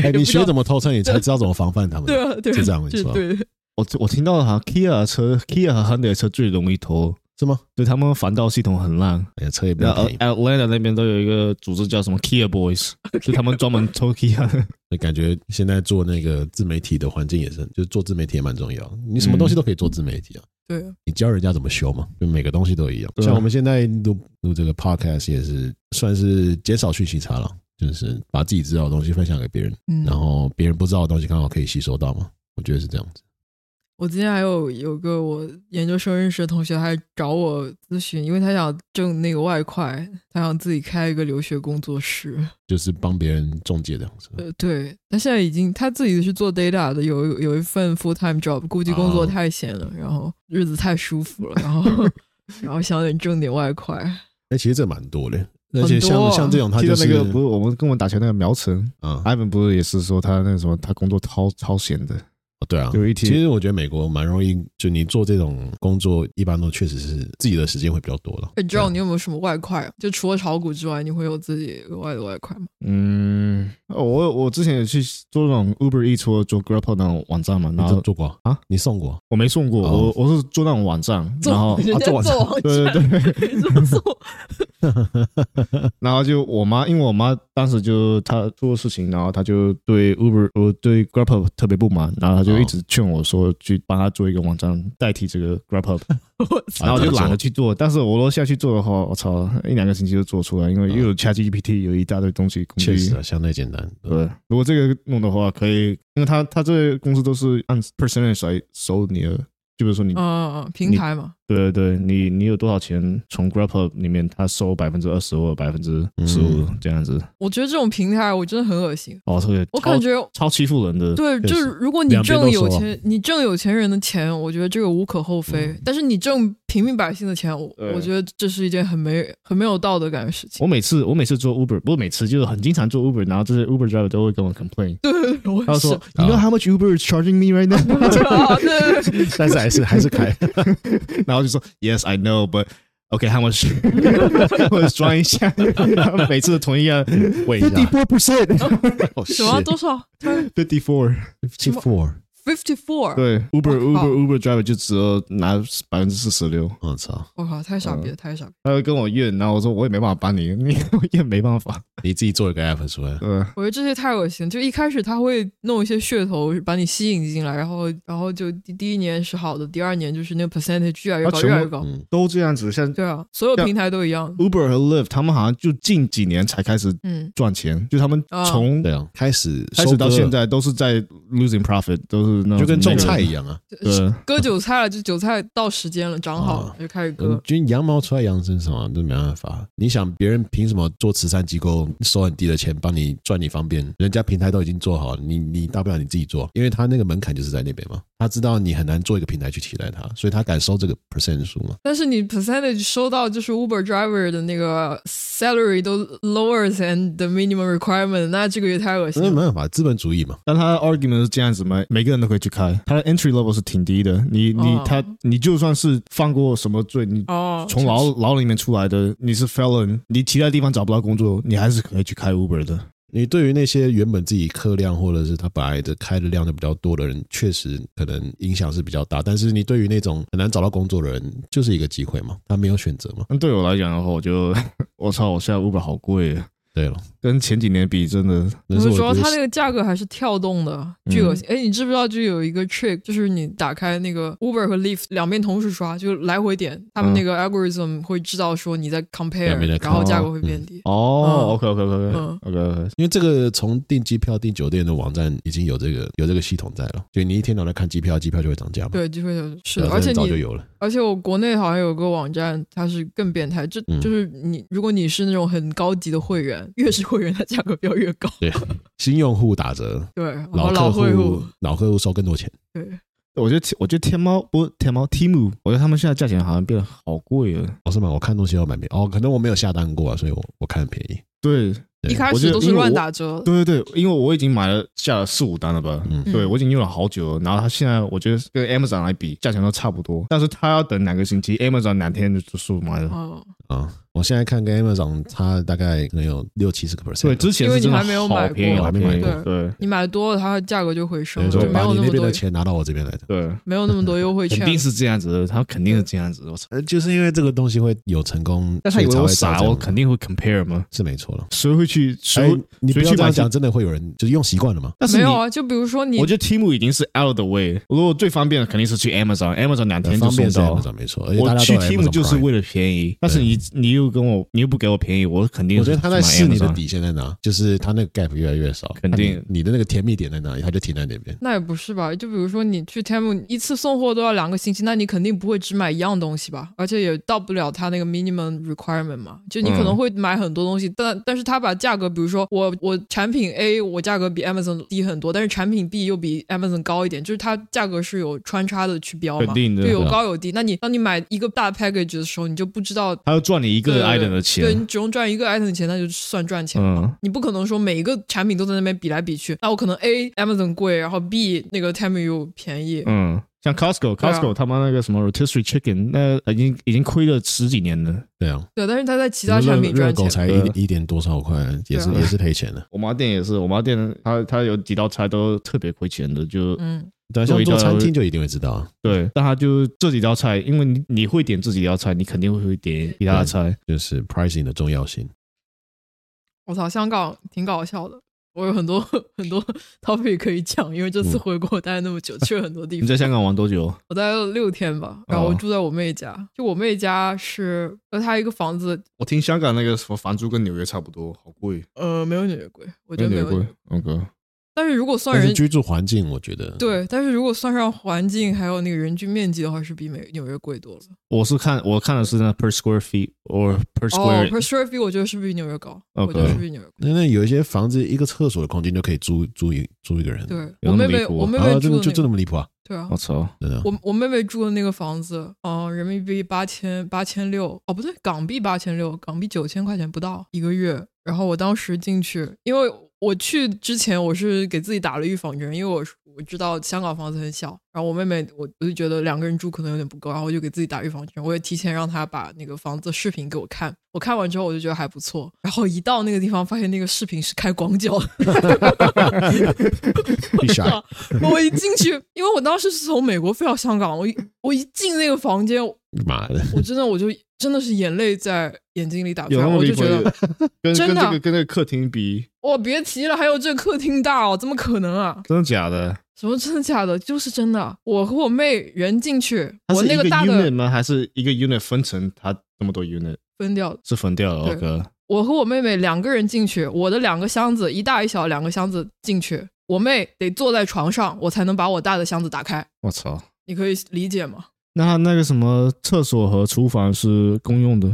Speaker 1: 哎，你
Speaker 3: 不知道
Speaker 1: 学怎么偷车，你才知道怎么防范他们。
Speaker 3: 对啊，对啊，
Speaker 1: 是这样没
Speaker 3: 就
Speaker 1: 错
Speaker 3: 对，
Speaker 2: 我我听到好像 Kia 的车，Kia 和 Hyundai 的车最容易偷，
Speaker 1: 是吗？
Speaker 2: 对他们防盗系统很烂。
Speaker 1: 哎呀，车也不
Speaker 2: 然
Speaker 1: 要
Speaker 2: 后
Speaker 1: 便宜，
Speaker 2: Atlanta 那边都有一个组织叫什么 Kia Boys，就他们专门偷 Kia 的。
Speaker 1: 那感觉现在做那个自媒体的环境也是，就是做自媒体也蛮重要。你什么东西都可以做自媒体啊，
Speaker 3: 对啊，
Speaker 1: 你教人家怎么修嘛，就每个东西都一样。
Speaker 2: 对啊
Speaker 1: 像我们现在录录这个 podcast 也是算是减少讯息差了，就是把自己知道的东西分享给别人，
Speaker 3: 嗯，
Speaker 1: 然后别人不知道的东西刚好可以吸收到嘛。我觉得是这样子。
Speaker 3: 我之前还有有个我研究生认识的同学，还找我咨询，因为他想挣那个外快，他想自己开一个留学工作室。
Speaker 1: 就是帮别人中介这样子，
Speaker 3: 呃，对，他现在已经他自己是做 data 的，有有一份 full time job，估计工作
Speaker 1: 哦
Speaker 3: 太闲了，然后日子太舒服了，然后然后想点挣点外快。
Speaker 1: 哎、其实这蛮多的，而且像、
Speaker 3: 很多啊
Speaker 1: 像这种他
Speaker 2: 记
Speaker 1: 就
Speaker 2: 得
Speaker 1: 是
Speaker 2: 那个不是我们跟我们打球那个苗晨
Speaker 1: 啊、
Speaker 2: ，Ivan 不是也是说他那个什么，他工作超超闲的。
Speaker 1: 对啊，
Speaker 2: 有一天
Speaker 1: 其实我觉得美国蛮容易，就你做这种工作，一般都确实是自己的时间会比较多了。
Speaker 3: 哎，John，你有没有什么外快？啊就除了炒股之外，你会有自己额外的外快吗？
Speaker 2: 嗯，我我之前也去做那种 Uber Eats 或者做 Grab 那种网站嘛，
Speaker 1: 你
Speaker 2: 然
Speaker 1: 做
Speaker 2: 后
Speaker 1: 做过
Speaker 2: 啊？
Speaker 1: 你送过？
Speaker 2: 我没送过，
Speaker 1: 哦
Speaker 2: 我我是做那种网站，然后
Speaker 3: 人
Speaker 1: 啊
Speaker 3: 家
Speaker 1: 做网
Speaker 3: 做
Speaker 1: 站
Speaker 3: 网
Speaker 2: 对对对，
Speaker 3: 站，做做
Speaker 2: 然后就我妈，因为我妈当时就她出了事情，然后她就对 Uber 我对 Grab 特别不满，然后她就
Speaker 1: 哦
Speaker 2: 一直劝我说去帮她做一个网站代替这个 Grab，
Speaker 3: 我
Speaker 1: 啊
Speaker 2: 然后我就懒
Speaker 1: 这
Speaker 2: 得
Speaker 1: 样
Speaker 2: 去做。但是我若下去做的话，我操，一两个星期就做出来，因为又有 ChatGPT，有一大堆东西工
Speaker 1: 做
Speaker 2: 具。
Speaker 1: 啊确实啊，相对简单。
Speaker 2: 对，如果这个弄的话，可以，因为他他这个公司都是按 percentage 来收你的，就比如说你，
Speaker 3: 嗯嗯，嗯平台嘛，
Speaker 2: 对对对，你你有多少钱从 Grab 里面，他收百分之二十或百分之十五
Speaker 1: 嗯
Speaker 2: 这样子，
Speaker 3: 我觉得这种平台我真的很恶心。
Speaker 2: 哦，这个
Speaker 3: 我
Speaker 2: 超
Speaker 3: 感觉
Speaker 2: 超欺负人的，
Speaker 3: 对，
Speaker 1: 确
Speaker 3: 就是
Speaker 1: 实
Speaker 3: 如果你
Speaker 1: 两边
Speaker 3: 挣
Speaker 1: 都
Speaker 3: 有
Speaker 1: 收啊
Speaker 3: 钱，你挣有钱人的钱，我觉得这个无可厚非。
Speaker 1: 嗯
Speaker 3: 但是你挣平民百姓的钱，我
Speaker 2: 对
Speaker 3: 我觉得这是一件很没很没有道德感的事情
Speaker 2: 我。每次我每次做 Uber，不是每次就是很经常做 Uber，然后这些 Uber driver 都会跟我 complain，
Speaker 3: 对对对，我
Speaker 2: 他
Speaker 3: 也是
Speaker 2: 说。，You know how much Uber is charging me right now？
Speaker 3: 啊， 对，对对
Speaker 1: 但是还是还是开，
Speaker 2: 然后就说 Yes, I know, but OK, how much？我装一下，然后每次同一样
Speaker 1: 问一下。
Speaker 2: ，fifty four percent，fifty
Speaker 3: 什么多少
Speaker 2: four。
Speaker 1: Fifty four，
Speaker 3: ？Fifty four，
Speaker 2: 对，Uber
Speaker 3: 我靠
Speaker 2: Uber Uber driver 就只有拿百分之四十六，
Speaker 1: 我操！
Speaker 3: 我靠，太傻逼了，太傻逼了！
Speaker 2: 他会跟我怨，然后我说我也没办法帮你，你 我也没办法。
Speaker 1: 你自己做一个 app 出来，
Speaker 2: 对，
Speaker 3: 我觉得这些太恶心。就一开始他会弄一些噱头把你吸引进来，然后然后就第第一年是好的，第二年就是那个 percentage 越来越
Speaker 2: 啊
Speaker 3: 高，
Speaker 2: 全部
Speaker 3: 越来越高。
Speaker 1: 嗯，
Speaker 2: 都这样子，像
Speaker 3: 对啊，所有
Speaker 2: 像
Speaker 3: 平台都一样。
Speaker 2: Uber 和 Lyft，他们好像就近几年才开始
Speaker 3: 嗯，
Speaker 2: 赚钱，就他们
Speaker 3: 啊
Speaker 2: 从
Speaker 1: 对啊，开始
Speaker 2: 开始到
Speaker 1: 收割
Speaker 2: 现，在都是在 losing profit，都是那种
Speaker 1: 就跟种菜
Speaker 2: 那
Speaker 1: 一
Speaker 2: 个
Speaker 1: 样啊，
Speaker 2: 对，
Speaker 3: 割韭菜了，就韭菜到时间了，长好了
Speaker 1: 啊
Speaker 3: 就开始割
Speaker 1: 嗯。就羊毛出在羊身上啊，这没办法。你想别人凭什么做慈善机构收很低的钱帮你赚你方便？人家平台都已经做好了，你你大不了你自己做，因为他那个门槛就是在那边嘛，他知道你很难做一个平台去替代他，所以他敢收这个 percent 数嘛。
Speaker 3: 但是你 percentage 收到就是 Uber driver 的那个 salary 都 lower than the minimum requirement，那这个也太恶心
Speaker 1: 那没
Speaker 2: 嗯
Speaker 3: 了。
Speaker 1: 办法，资本主义嘛。
Speaker 2: 但他的 argument 是这样子嘛，每个人都可以去开，他的 entry level 是挺低的，你你
Speaker 3: 哦
Speaker 2: 他你就算是犯过什么罪，你
Speaker 3: 哦，
Speaker 2: 从牢牢里面出来的，你是 felon，你其他地方找不到工作，你还是可以去开 Uber 的。
Speaker 1: 你对于那些原本自己客量或者是他本来的开的量就比较多的人，确实可能影响是比较大。但是你对于那种很难找到工作的人，就是一个机会嘛，他没有选择嘛。
Speaker 2: 那对我来讲的话，我就 我操，我现在 Uber 好贵，啊
Speaker 1: 对了，跟
Speaker 2: 跟前几年比真的
Speaker 3: 我
Speaker 1: 是
Speaker 3: 就
Speaker 1: 我
Speaker 3: 嗯主要
Speaker 1: 觉得
Speaker 3: 它那个价格还是跳动的，
Speaker 2: 嗯
Speaker 3: 巨恶心。哎、你知不知道就有一个 trick，就是你打开那个 Uber 和 Lyft 两边同时刷，就来回点，他们那个 algorithm 会知道说你在 compare，
Speaker 1: 嗯两边在看
Speaker 3: 然后价格会变低。
Speaker 2: 哦
Speaker 3: 嗯
Speaker 2: OK OK OK
Speaker 3: 嗯
Speaker 2: OK OK，
Speaker 1: 因为这个从订机票、订酒店的网站已经有这个有这个系统在了，所以你一天到晚看机票，机票就会涨价嘛。
Speaker 3: 对，就会有是
Speaker 1: 对
Speaker 3: 的，
Speaker 1: 啊，
Speaker 3: 而且
Speaker 1: 这很早就
Speaker 3: 你
Speaker 1: 有了。
Speaker 3: 而且我国内好像有个网站，它是更变态，这
Speaker 1: 嗯
Speaker 3: 就是你如果你是那种很高级的会员，越是会员它价格标越高，
Speaker 1: 对，新用户打折，
Speaker 3: 对，然
Speaker 1: 老
Speaker 3: 后
Speaker 1: 客
Speaker 3: 老会
Speaker 1: 户
Speaker 3: 户，
Speaker 1: 老客户收更多钱。
Speaker 3: 对，
Speaker 2: 我觉得天我觉得天猫不是天猫 Temu，我觉得他们现在价钱好像变得好贵了。
Speaker 1: 啊哦，是吗？我看东西要买便宜哦，可能我没有下单过啊，所以我我看很便宜。
Speaker 2: 对
Speaker 3: 一开
Speaker 2: 我觉
Speaker 3: 始
Speaker 2: 得
Speaker 3: 都是
Speaker 2: 因为
Speaker 3: 乱
Speaker 2: 我
Speaker 3: 打折，
Speaker 2: 对对对，因为我已经买了下了四五单了吧。
Speaker 1: 嗯
Speaker 2: 对，我已经用了好久了，然后它现在我觉得跟 Amazon 来比，价钱都差不多，但是它要等两个星期，Amazon 两天就出卖了。
Speaker 3: 嗯，
Speaker 1: 啊，我现在看跟 Amazon 差大概可能有六七十个 percent，
Speaker 2: 对，之前
Speaker 3: 因为
Speaker 2: 是真
Speaker 3: 你
Speaker 2: 的
Speaker 3: 还没有
Speaker 2: 好
Speaker 3: 买
Speaker 2: 便宜，
Speaker 1: 过
Speaker 2: 好便宜
Speaker 1: 对。
Speaker 2: 对
Speaker 3: 你买多了它的价格就回升
Speaker 1: 等于
Speaker 3: 了，
Speaker 1: 说
Speaker 3: 就没
Speaker 1: 把
Speaker 3: 有
Speaker 1: 你
Speaker 3: 那
Speaker 1: 那
Speaker 3: 么
Speaker 1: 边
Speaker 3: 多
Speaker 1: 的钱拿到我这边来的。
Speaker 2: 对，
Speaker 3: 没有那么多优惠
Speaker 2: 肯
Speaker 3: 券，
Speaker 2: 定是这样子的，他肯定是这样子的。我操！
Speaker 1: 呃，就是因为这个东西会有成功，
Speaker 2: 但他以
Speaker 1: 所以
Speaker 2: 为
Speaker 1: 才
Speaker 2: 我
Speaker 1: 会造
Speaker 2: 傻，
Speaker 1: 这样
Speaker 2: 我肯定会 compare 嘛。
Speaker 1: 是没错了。
Speaker 2: 谁会
Speaker 1: 哎
Speaker 2: 去？谁？
Speaker 1: 你不
Speaker 2: 谁
Speaker 1: 要
Speaker 2: 去
Speaker 1: 这样
Speaker 2: 买
Speaker 1: 讲，真的会有人就是用习惯了嘛？
Speaker 2: 但是
Speaker 3: 没
Speaker 2: 你
Speaker 3: 有啊，就比如说你
Speaker 2: 我觉得 Timu 已经是 out of the way。如果最方便的肯定是去 Amazon，Amazon 两天就
Speaker 1: 方
Speaker 2: 送
Speaker 1: 便是
Speaker 2: 到。
Speaker 1: Amazon 没错，而且大
Speaker 2: 我
Speaker 1: 家
Speaker 2: 去
Speaker 1: 都有
Speaker 2: Timu
Speaker 1: Amazon
Speaker 2: 就是
Speaker 1: Prime
Speaker 2: 为了便宜，但是你你又跟我，你又不给我便宜，我肯定
Speaker 1: 我觉得他在试
Speaker 2: 试
Speaker 1: 你的，底线在哪，就是他那个 gap 越来越少，
Speaker 2: 肯定
Speaker 1: 那你你的那个甜蜜点在哪里，他就停在那边。
Speaker 3: 那也不是吧？就比如说你去 Temu 一次送货都要两个星期，那你肯定不会只买一样东西吧？而且也到不了它那个 minimum requirement 嘛。就你可能
Speaker 2: 嗯
Speaker 3: 会买很多东西，但但是它把价格，比如说我我产品 A 我价格比 Amazon 低很多，但是产品 B 又比 Amazon 高一点，就是它价格是有穿插的去标嘛，
Speaker 2: 肯定的
Speaker 3: 就有
Speaker 1: 对啊
Speaker 3: 高有低。那你当你买一个大 package 的时候，你就不知道
Speaker 2: 他要赚你一
Speaker 3: 对
Speaker 2: 个 item 的
Speaker 3: 对
Speaker 2: 钱。
Speaker 3: 你只用赚一个 item 的钱，那就算赚钱了
Speaker 2: 嗯，
Speaker 3: 你不可能说每一个产品都在那边比来比去。那我可能 A Amazon 贵，然后 B 那个 Temu 又便宜。
Speaker 2: 嗯，像 Costco、
Speaker 3: 对啊
Speaker 2: Costco 他们那个什么 rotisserie chicken，那已经已经亏了十几年了。
Speaker 1: 对啊，
Speaker 3: 对，但是它在其他产品
Speaker 1: 热
Speaker 3: 赚
Speaker 1: 狗
Speaker 3: 钱。
Speaker 1: 才
Speaker 2: 对啊
Speaker 1: 一一点多少块，也是
Speaker 3: 对啊
Speaker 1: 也是赔钱的。
Speaker 2: 我妈店也是，我妈店她她有几道菜都特别亏钱的，就
Speaker 3: 嗯，
Speaker 1: 对啊，
Speaker 2: 做
Speaker 1: 像
Speaker 2: 一
Speaker 1: 做
Speaker 2: 道
Speaker 1: 餐厅就一定会知道啊，
Speaker 2: 对，但他就这几道菜，因为你你会点这几道菜，你肯定会点其他的菜。
Speaker 1: 就是 pricing 的重要性。
Speaker 3: 我操，香港挺搞笑的。我有很多 很多 topic 可以讲，因为这次回国我待了那么久，去了很多地
Speaker 2: 你
Speaker 3: 方。
Speaker 2: 在香港玩多久？
Speaker 3: 我待了六天吧，然后我住在我妹家。就我妹家是，呃，她一个房子，
Speaker 2: 我听香港那个什么房租跟纽约差不多，好贵，
Speaker 3: 呃，没有纽约贵，我觉得没有。。
Speaker 2: OK，
Speaker 3: 但是如果算
Speaker 1: 但是
Speaker 3: 人
Speaker 1: 居住环境，我觉得，
Speaker 3: 对，但是如果算上环境还有那个人均面积的话，是比美纽约贵多了。
Speaker 2: 我是看我看的是那 per square feet or per
Speaker 3: 哦
Speaker 2: square，、
Speaker 3: ，per square feet 我觉得是比纽约高，
Speaker 2: OK
Speaker 3: 我觉得是比纽约高。
Speaker 1: 那那有一些房子一个厕所的空间就可以租租一租一个人，
Speaker 3: 对
Speaker 2: 有那
Speaker 3: 我
Speaker 2: 么
Speaker 3: 妹妹，
Speaker 2: 离谱
Speaker 3: 我妹
Speaker 1: 啊，
Speaker 3: 妹
Speaker 1: 真的就
Speaker 3: 住的那
Speaker 1: 就
Speaker 3: 个，
Speaker 1: 那么离谱啊，
Speaker 3: 对啊
Speaker 2: 我，操，
Speaker 1: 真的啊。
Speaker 3: 我我妹妹住的那个房子，嗯、人民币八千八千六，哦不对，港币八千六，港币九千块钱不到一个月。然后我当时进去，因为我去之前我是给自己打了预防针，因为我我知道香港房子很小，然后我妹妹我我就觉得两个人住可能有点不够，然后我就给自己打预防针，我也提前让她把那个房子视频给我看，我看完之后我就觉得还不错，然后一到那个地方发现那个视频是开广角的。
Speaker 1: 必须啊
Speaker 3: 我一进去，因为我当时是从美国飞到香港，我一我一进那个房间，我
Speaker 1: 妈的，
Speaker 3: 真的我就真的是眼泪在眼睛里打
Speaker 2: 有那
Speaker 3: 转，
Speaker 2: 么
Speaker 3: 我
Speaker 2: 离
Speaker 3: 就
Speaker 2: 谱
Speaker 3: 觉得
Speaker 2: 的？ 跟跟
Speaker 3: 真的啊
Speaker 2: 这个跟那个客厅比，
Speaker 3: 哇，别提了，还有这客厅大哦，怎么可能啊？
Speaker 2: 真的假的？
Speaker 3: 什么真的假的？就是真的，我和我妹人进去，
Speaker 2: 它
Speaker 3: 我
Speaker 2: 是一
Speaker 3: 那
Speaker 2: 个
Speaker 3: 大
Speaker 2: unit
Speaker 3: 的
Speaker 2: 吗？还是一个 unit 分成它这么多 unit
Speaker 3: 分掉，
Speaker 2: 是分掉了
Speaker 3: 对
Speaker 2: ？OK，
Speaker 3: 我和我妹妹两个人进去，我的两个箱子一大一小两个箱子进去，我妹得坐在床上，我才能把我大的箱子打开，
Speaker 2: 我操，
Speaker 3: 你可以理解吗？
Speaker 2: 那它那个什么厕所和厨房是公用的，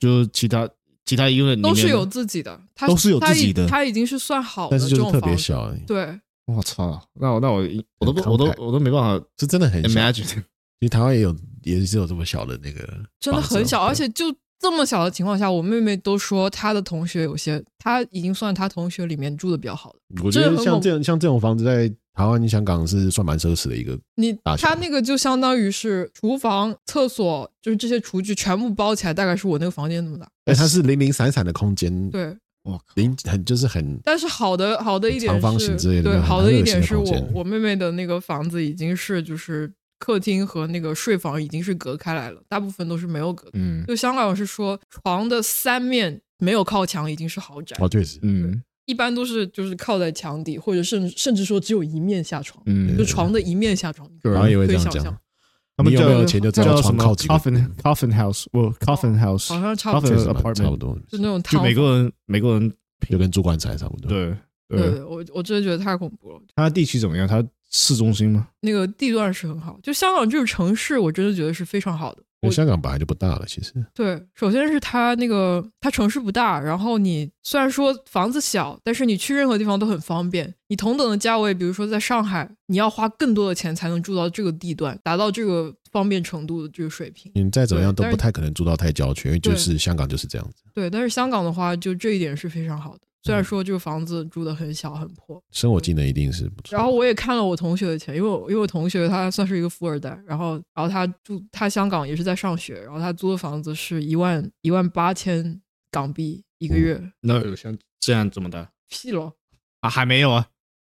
Speaker 2: 就是其他其他 unit 里面
Speaker 3: 都
Speaker 2: 的
Speaker 3: 是有自己的，它
Speaker 2: 都是有自
Speaker 3: 它
Speaker 2: 己
Speaker 3: 已
Speaker 2: 的
Speaker 3: 它已经是算好的
Speaker 1: 但是就
Speaker 3: 这
Speaker 1: 是
Speaker 3: 种
Speaker 1: 特
Speaker 3: 房
Speaker 1: 别
Speaker 3: 子
Speaker 1: 小而已，
Speaker 3: 对，
Speaker 2: 我操！那我那我我都不
Speaker 1: 很
Speaker 2: 我都
Speaker 1: 慷慨
Speaker 2: 我都没办法
Speaker 1: 是真的很小。
Speaker 2: imagine。
Speaker 1: 因为台湾也有也是有这么小的那个，哦
Speaker 3: 真的很小，而且就这么小的情况下，我妹妹都说她的同学有些，她已经算她同学里面住的比较好的。
Speaker 1: 我觉
Speaker 3: 真
Speaker 1: 得
Speaker 3: 的很
Speaker 1: 像
Speaker 3: 猛
Speaker 1: 这样像这种房子在台湾、香港是算蛮奢侈的一个。
Speaker 3: 你
Speaker 1: 大小
Speaker 3: 她那个就相当于是厨房、厕所，就是这些厨具全部包起来，大概是我那个房间那么大。
Speaker 1: 哎，它是零零散散的空间，
Speaker 3: 对，
Speaker 2: 我靠！
Speaker 1: 零很就是很
Speaker 3: 但是好的好的一点
Speaker 1: 长
Speaker 3: 是，
Speaker 1: 方形之类的那
Speaker 3: 对，
Speaker 1: 种
Speaker 3: 好
Speaker 1: 很
Speaker 3: 的
Speaker 1: 恶
Speaker 3: 一点
Speaker 1: 心
Speaker 3: 是
Speaker 1: 的
Speaker 3: 我
Speaker 1: 空间
Speaker 3: 我妹妹的那个房子已经是就是客厅和那个睡房已经是隔开来了，大部分都是没有隔。
Speaker 2: 嗯
Speaker 3: 就香港是说床的三面没有靠墙已经是豪宅，
Speaker 1: 哦，确实，
Speaker 2: 嗯
Speaker 3: 一般都是就是靠在墙底，或者甚甚至说只有一面下床，
Speaker 2: 嗯
Speaker 3: 就，床的一面下床，
Speaker 2: 对
Speaker 1: 然后也会
Speaker 3: 可
Speaker 1: 这
Speaker 3: 以
Speaker 1: 样
Speaker 3: 想
Speaker 1: 讲
Speaker 3: 象，，
Speaker 2: 他
Speaker 1: 你
Speaker 2: 们
Speaker 1: 有
Speaker 2: 叫
Speaker 1: 没有钱就知道
Speaker 2: 叫什
Speaker 1: 床
Speaker 2: 么
Speaker 1: 靠几个，
Speaker 2: coffin coffin house，不 coffin
Speaker 3: 好
Speaker 2: house，
Speaker 3: 像差不多
Speaker 2: ，coffin
Speaker 1: 确实蛮差不
Speaker 2: apartment，
Speaker 1: 多，
Speaker 3: 就那种
Speaker 2: 就
Speaker 3: 躺
Speaker 2: 美
Speaker 3: 房。
Speaker 2: 国人美国人
Speaker 1: 就跟住棺材差不多。
Speaker 2: 对
Speaker 3: 对
Speaker 2: 对，
Speaker 3: 对，我我真的觉得太恐怖了。
Speaker 2: 它地区怎么样？它市中心吗？
Speaker 3: 那个地段是很好，就香港这个城市，我真的觉得是非常好的。
Speaker 1: 因
Speaker 3: 我
Speaker 1: 为香港本来就不大了，其实
Speaker 3: 对，首先是它那个它城市不大，然后你虽然说房子小，但是你去任何地方都很方便。你同等的价位，比如说在上海，你要花更多的钱才能住到这个地段，达到这个方便程度的这个水平。
Speaker 1: 你再怎么样
Speaker 3: 对
Speaker 1: 都
Speaker 3: 但
Speaker 1: 不
Speaker 3: 是
Speaker 1: 太可能住到太郊区，因为就
Speaker 3: 对
Speaker 1: 是香港就是这样子，
Speaker 3: 对，但是香港的话，就这一点是非常好的。
Speaker 1: 嗯
Speaker 3: 虽然说这个房子住的很小很破，
Speaker 1: 生活技能一定是不错。
Speaker 3: 然后我也看了我同学的钱，因为我因为我同学他算是一个富二代，然后然后他住他香港也是在上学，然后他租的房子是一万一万八千港币一个
Speaker 1: 嗯
Speaker 3: 月，
Speaker 2: 那有像这样这么大
Speaker 3: 屁咯，
Speaker 2: 啊？还没有啊？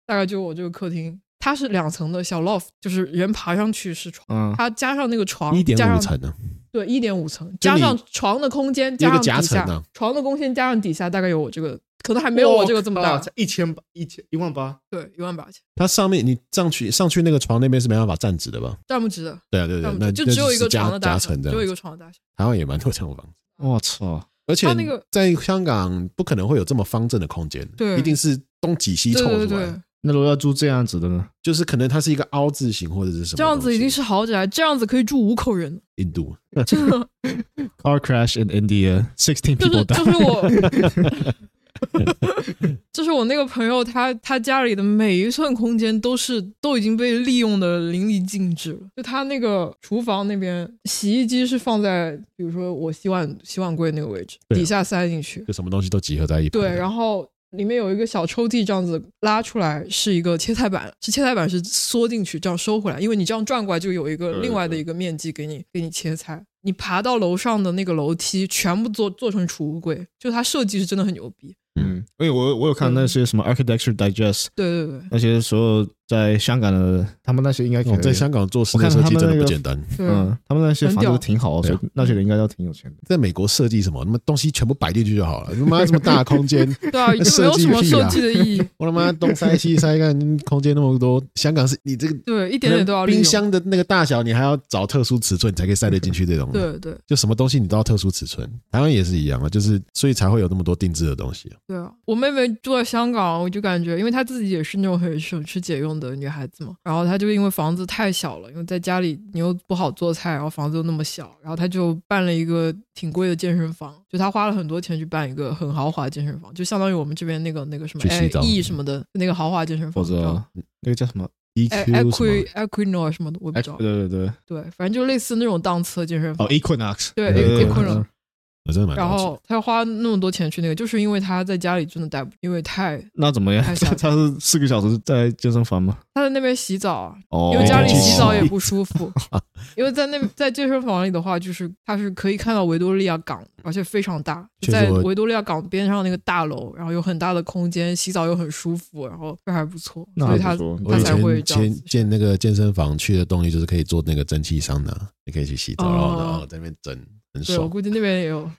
Speaker 3: 大概就我这个客厅，它是两层的小 loft，就是人爬上去是床，
Speaker 2: 嗯，
Speaker 3: 它加上那个床，
Speaker 1: 一点
Speaker 3: 加
Speaker 1: 五啊
Speaker 3: 上
Speaker 1: 层呢，
Speaker 3: 对一点五层，
Speaker 1: 就
Speaker 3: 加
Speaker 1: 你
Speaker 3: 上床的空间，
Speaker 1: 有
Speaker 3: 加
Speaker 1: 个
Speaker 3: 上
Speaker 1: 夹
Speaker 3: 底
Speaker 1: 层
Speaker 3: 下、
Speaker 1: 呢
Speaker 3: 床的空间加上底下，大概有我这个，可能还没有我这个这么大，
Speaker 2: 才一千八，一千一万八，
Speaker 3: 对，一万八千，
Speaker 1: 它上面你上去上去那个床那边是没办法站直的吧？
Speaker 3: 站不直的，
Speaker 1: 对啊，对对
Speaker 3: 站
Speaker 1: 对，
Speaker 3: 不
Speaker 1: 那
Speaker 3: 直，就只有一个
Speaker 1: 是
Speaker 3: 床
Speaker 1: 夹
Speaker 3: 的
Speaker 1: 夹
Speaker 3: 大小，
Speaker 1: 层
Speaker 3: 只
Speaker 1: 这
Speaker 3: 有一
Speaker 1: 样
Speaker 3: 个
Speaker 1: 子。
Speaker 3: 床的大小。
Speaker 1: 台湾也蛮多这种房子，
Speaker 2: 我操！
Speaker 1: 而且
Speaker 3: 它那个
Speaker 1: 在香港不可能会有这么方正的空间，
Speaker 3: 对
Speaker 1: 一定是东挤西
Speaker 3: 对
Speaker 1: 凑
Speaker 3: 对
Speaker 1: 出来
Speaker 3: 对，，
Speaker 2: 那如果要住这样子的呢？
Speaker 1: 就是可能它是一个凹字形或者是什么
Speaker 3: 这样
Speaker 1: 东
Speaker 3: 子
Speaker 1: 西
Speaker 3: 已经是豪宅，这样子可以住五口 人，
Speaker 1: 印度，
Speaker 3: 真的
Speaker 2: Car crash in India, sixteen
Speaker 3: 就
Speaker 2: people
Speaker 3: 是就
Speaker 2: die。
Speaker 3: 是 我，就是我那个朋友他，他家里的每一寸空间都是都已经被利用的淋漓尽致了。就他那个厨房那边，洗衣机是放在比如说我洗碗洗碗柜那个位置，
Speaker 1: 对啊
Speaker 3: 底下塞进去，
Speaker 1: 就什么东西都集合在一起。
Speaker 3: 对，然后。里面有一个小抽屉，这样子拉出来是一个切菜板，是切菜板是缩进去，这样收回来，因为你这样转过来就有一个
Speaker 2: 对
Speaker 3: 另外的一个面积给你给你切菜。你爬到楼上的那个楼梯，全部做做成储物柜，就它设计是真的很牛逼。
Speaker 2: 嗯，因为我我有看那些什么 Architecture Digest，
Speaker 3: 对对对
Speaker 2: 那些所有在香港的，他们那些应该可
Speaker 1: 哦
Speaker 2: 以
Speaker 1: 在香港做室
Speaker 2: 我
Speaker 1: 内
Speaker 2: 看
Speaker 1: 设
Speaker 2: 他
Speaker 1: 计
Speaker 2: 们
Speaker 1: 真的
Speaker 2: 那
Speaker 1: 不
Speaker 2: 个
Speaker 1: 简单，
Speaker 3: 对，
Speaker 2: 嗯，他们那些
Speaker 3: 很
Speaker 2: 房子
Speaker 3: 屌
Speaker 2: 都挺好，所
Speaker 1: 对
Speaker 2: 以
Speaker 1: 啊
Speaker 2: 那些人应该都挺有钱的。
Speaker 1: 在美国设计什么，他妈东西全部摆进去就好了，他妈这么大的空间，
Speaker 3: 对啊，就没
Speaker 1: 设
Speaker 3: 有
Speaker 1: 计
Speaker 3: 什么
Speaker 1: 屁
Speaker 3: 设
Speaker 1: 啦
Speaker 3: 计的意义，
Speaker 1: 我他妈东塞西塞干，空间那么多，香港是你这个
Speaker 3: 对，一点点都要利用
Speaker 1: 冰。箱的那个大小，你还要找特殊尺寸你才可以塞得进去这种。，
Speaker 3: 对对
Speaker 1: 就什么东西你都要特殊尺寸。台湾也是一样啊，就是所以才会有那么多定制的东西。
Speaker 3: 对啊！我妹妹住在香港，我就感觉，因为她自己也是那种很省吃俭用的女孩子嘛，然后她就因为房子太小了，因为在家里你又不好做菜，然后房子又那么小，然后她就办了一个挺贵的健身房，就她花了很多钱去办一个很豪华的健身房，就相当于我们这边那个那个什么
Speaker 1: 去西
Speaker 3: 哎
Speaker 1: 藏
Speaker 3: E 什么的那个豪华健身
Speaker 2: 否
Speaker 3: 房，知道
Speaker 2: 则
Speaker 3: 吗
Speaker 2: 那个叫什么？
Speaker 1: EQ
Speaker 3: 哎
Speaker 1: E 什么
Speaker 3: Equi Equinor 什么的，我不
Speaker 2: 哎
Speaker 3: 知道
Speaker 2: 对，对对，
Speaker 3: 对，反正就类似那种档次的健身房
Speaker 2: 哦。，Equinox，
Speaker 3: 对
Speaker 1: 对对对
Speaker 3: Equinor，
Speaker 1: 我真的蛮
Speaker 3: 然
Speaker 1: 好奇。
Speaker 3: 后他花那么多钱去那个，就是因为他在家里真的待不，因为太
Speaker 2: 那怎么样
Speaker 3: 太？吓
Speaker 2: 他
Speaker 3: 人
Speaker 2: 他是四个小时在健身房吗？
Speaker 3: 他在那边洗澡啊，
Speaker 2: 哦
Speaker 3: 因为家里洗澡也
Speaker 1: 哦
Speaker 3: 不 舒服，因为在那在健身房里的话，就是它是可以看到维多利亚港，而且非常大，
Speaker 1: 确实
Speaker 3: 就在
Speaker 1: 我
Speaker 3: 维多利亚港边上那个大楼，然后有很大的空间，洗澡又很舒服，然后这还不错，
Speaker 2: 那
Speaker 3: 所以
Speaker 2: 还
Speaker 3: 他
Speaker 2: 不错
Speaker 1: 我
Speaker 3: 他
Speaker 1: 以
Speaker 3: 才会
Speaker 1: 前
Speaker 3: 这
Speaker 1: 前
Speaker 3: 样子。
Speaker 1: 建那个健身房去的动力就是可以做那个蒸汽桑拿，你可以去洗澡，
Speaker 3: 哦
Speaker 1: 然后然后在那边蒸，很
Speaker 3: 对我
Speaker 1: 爽，
Speaker 3: 估计那边 也有，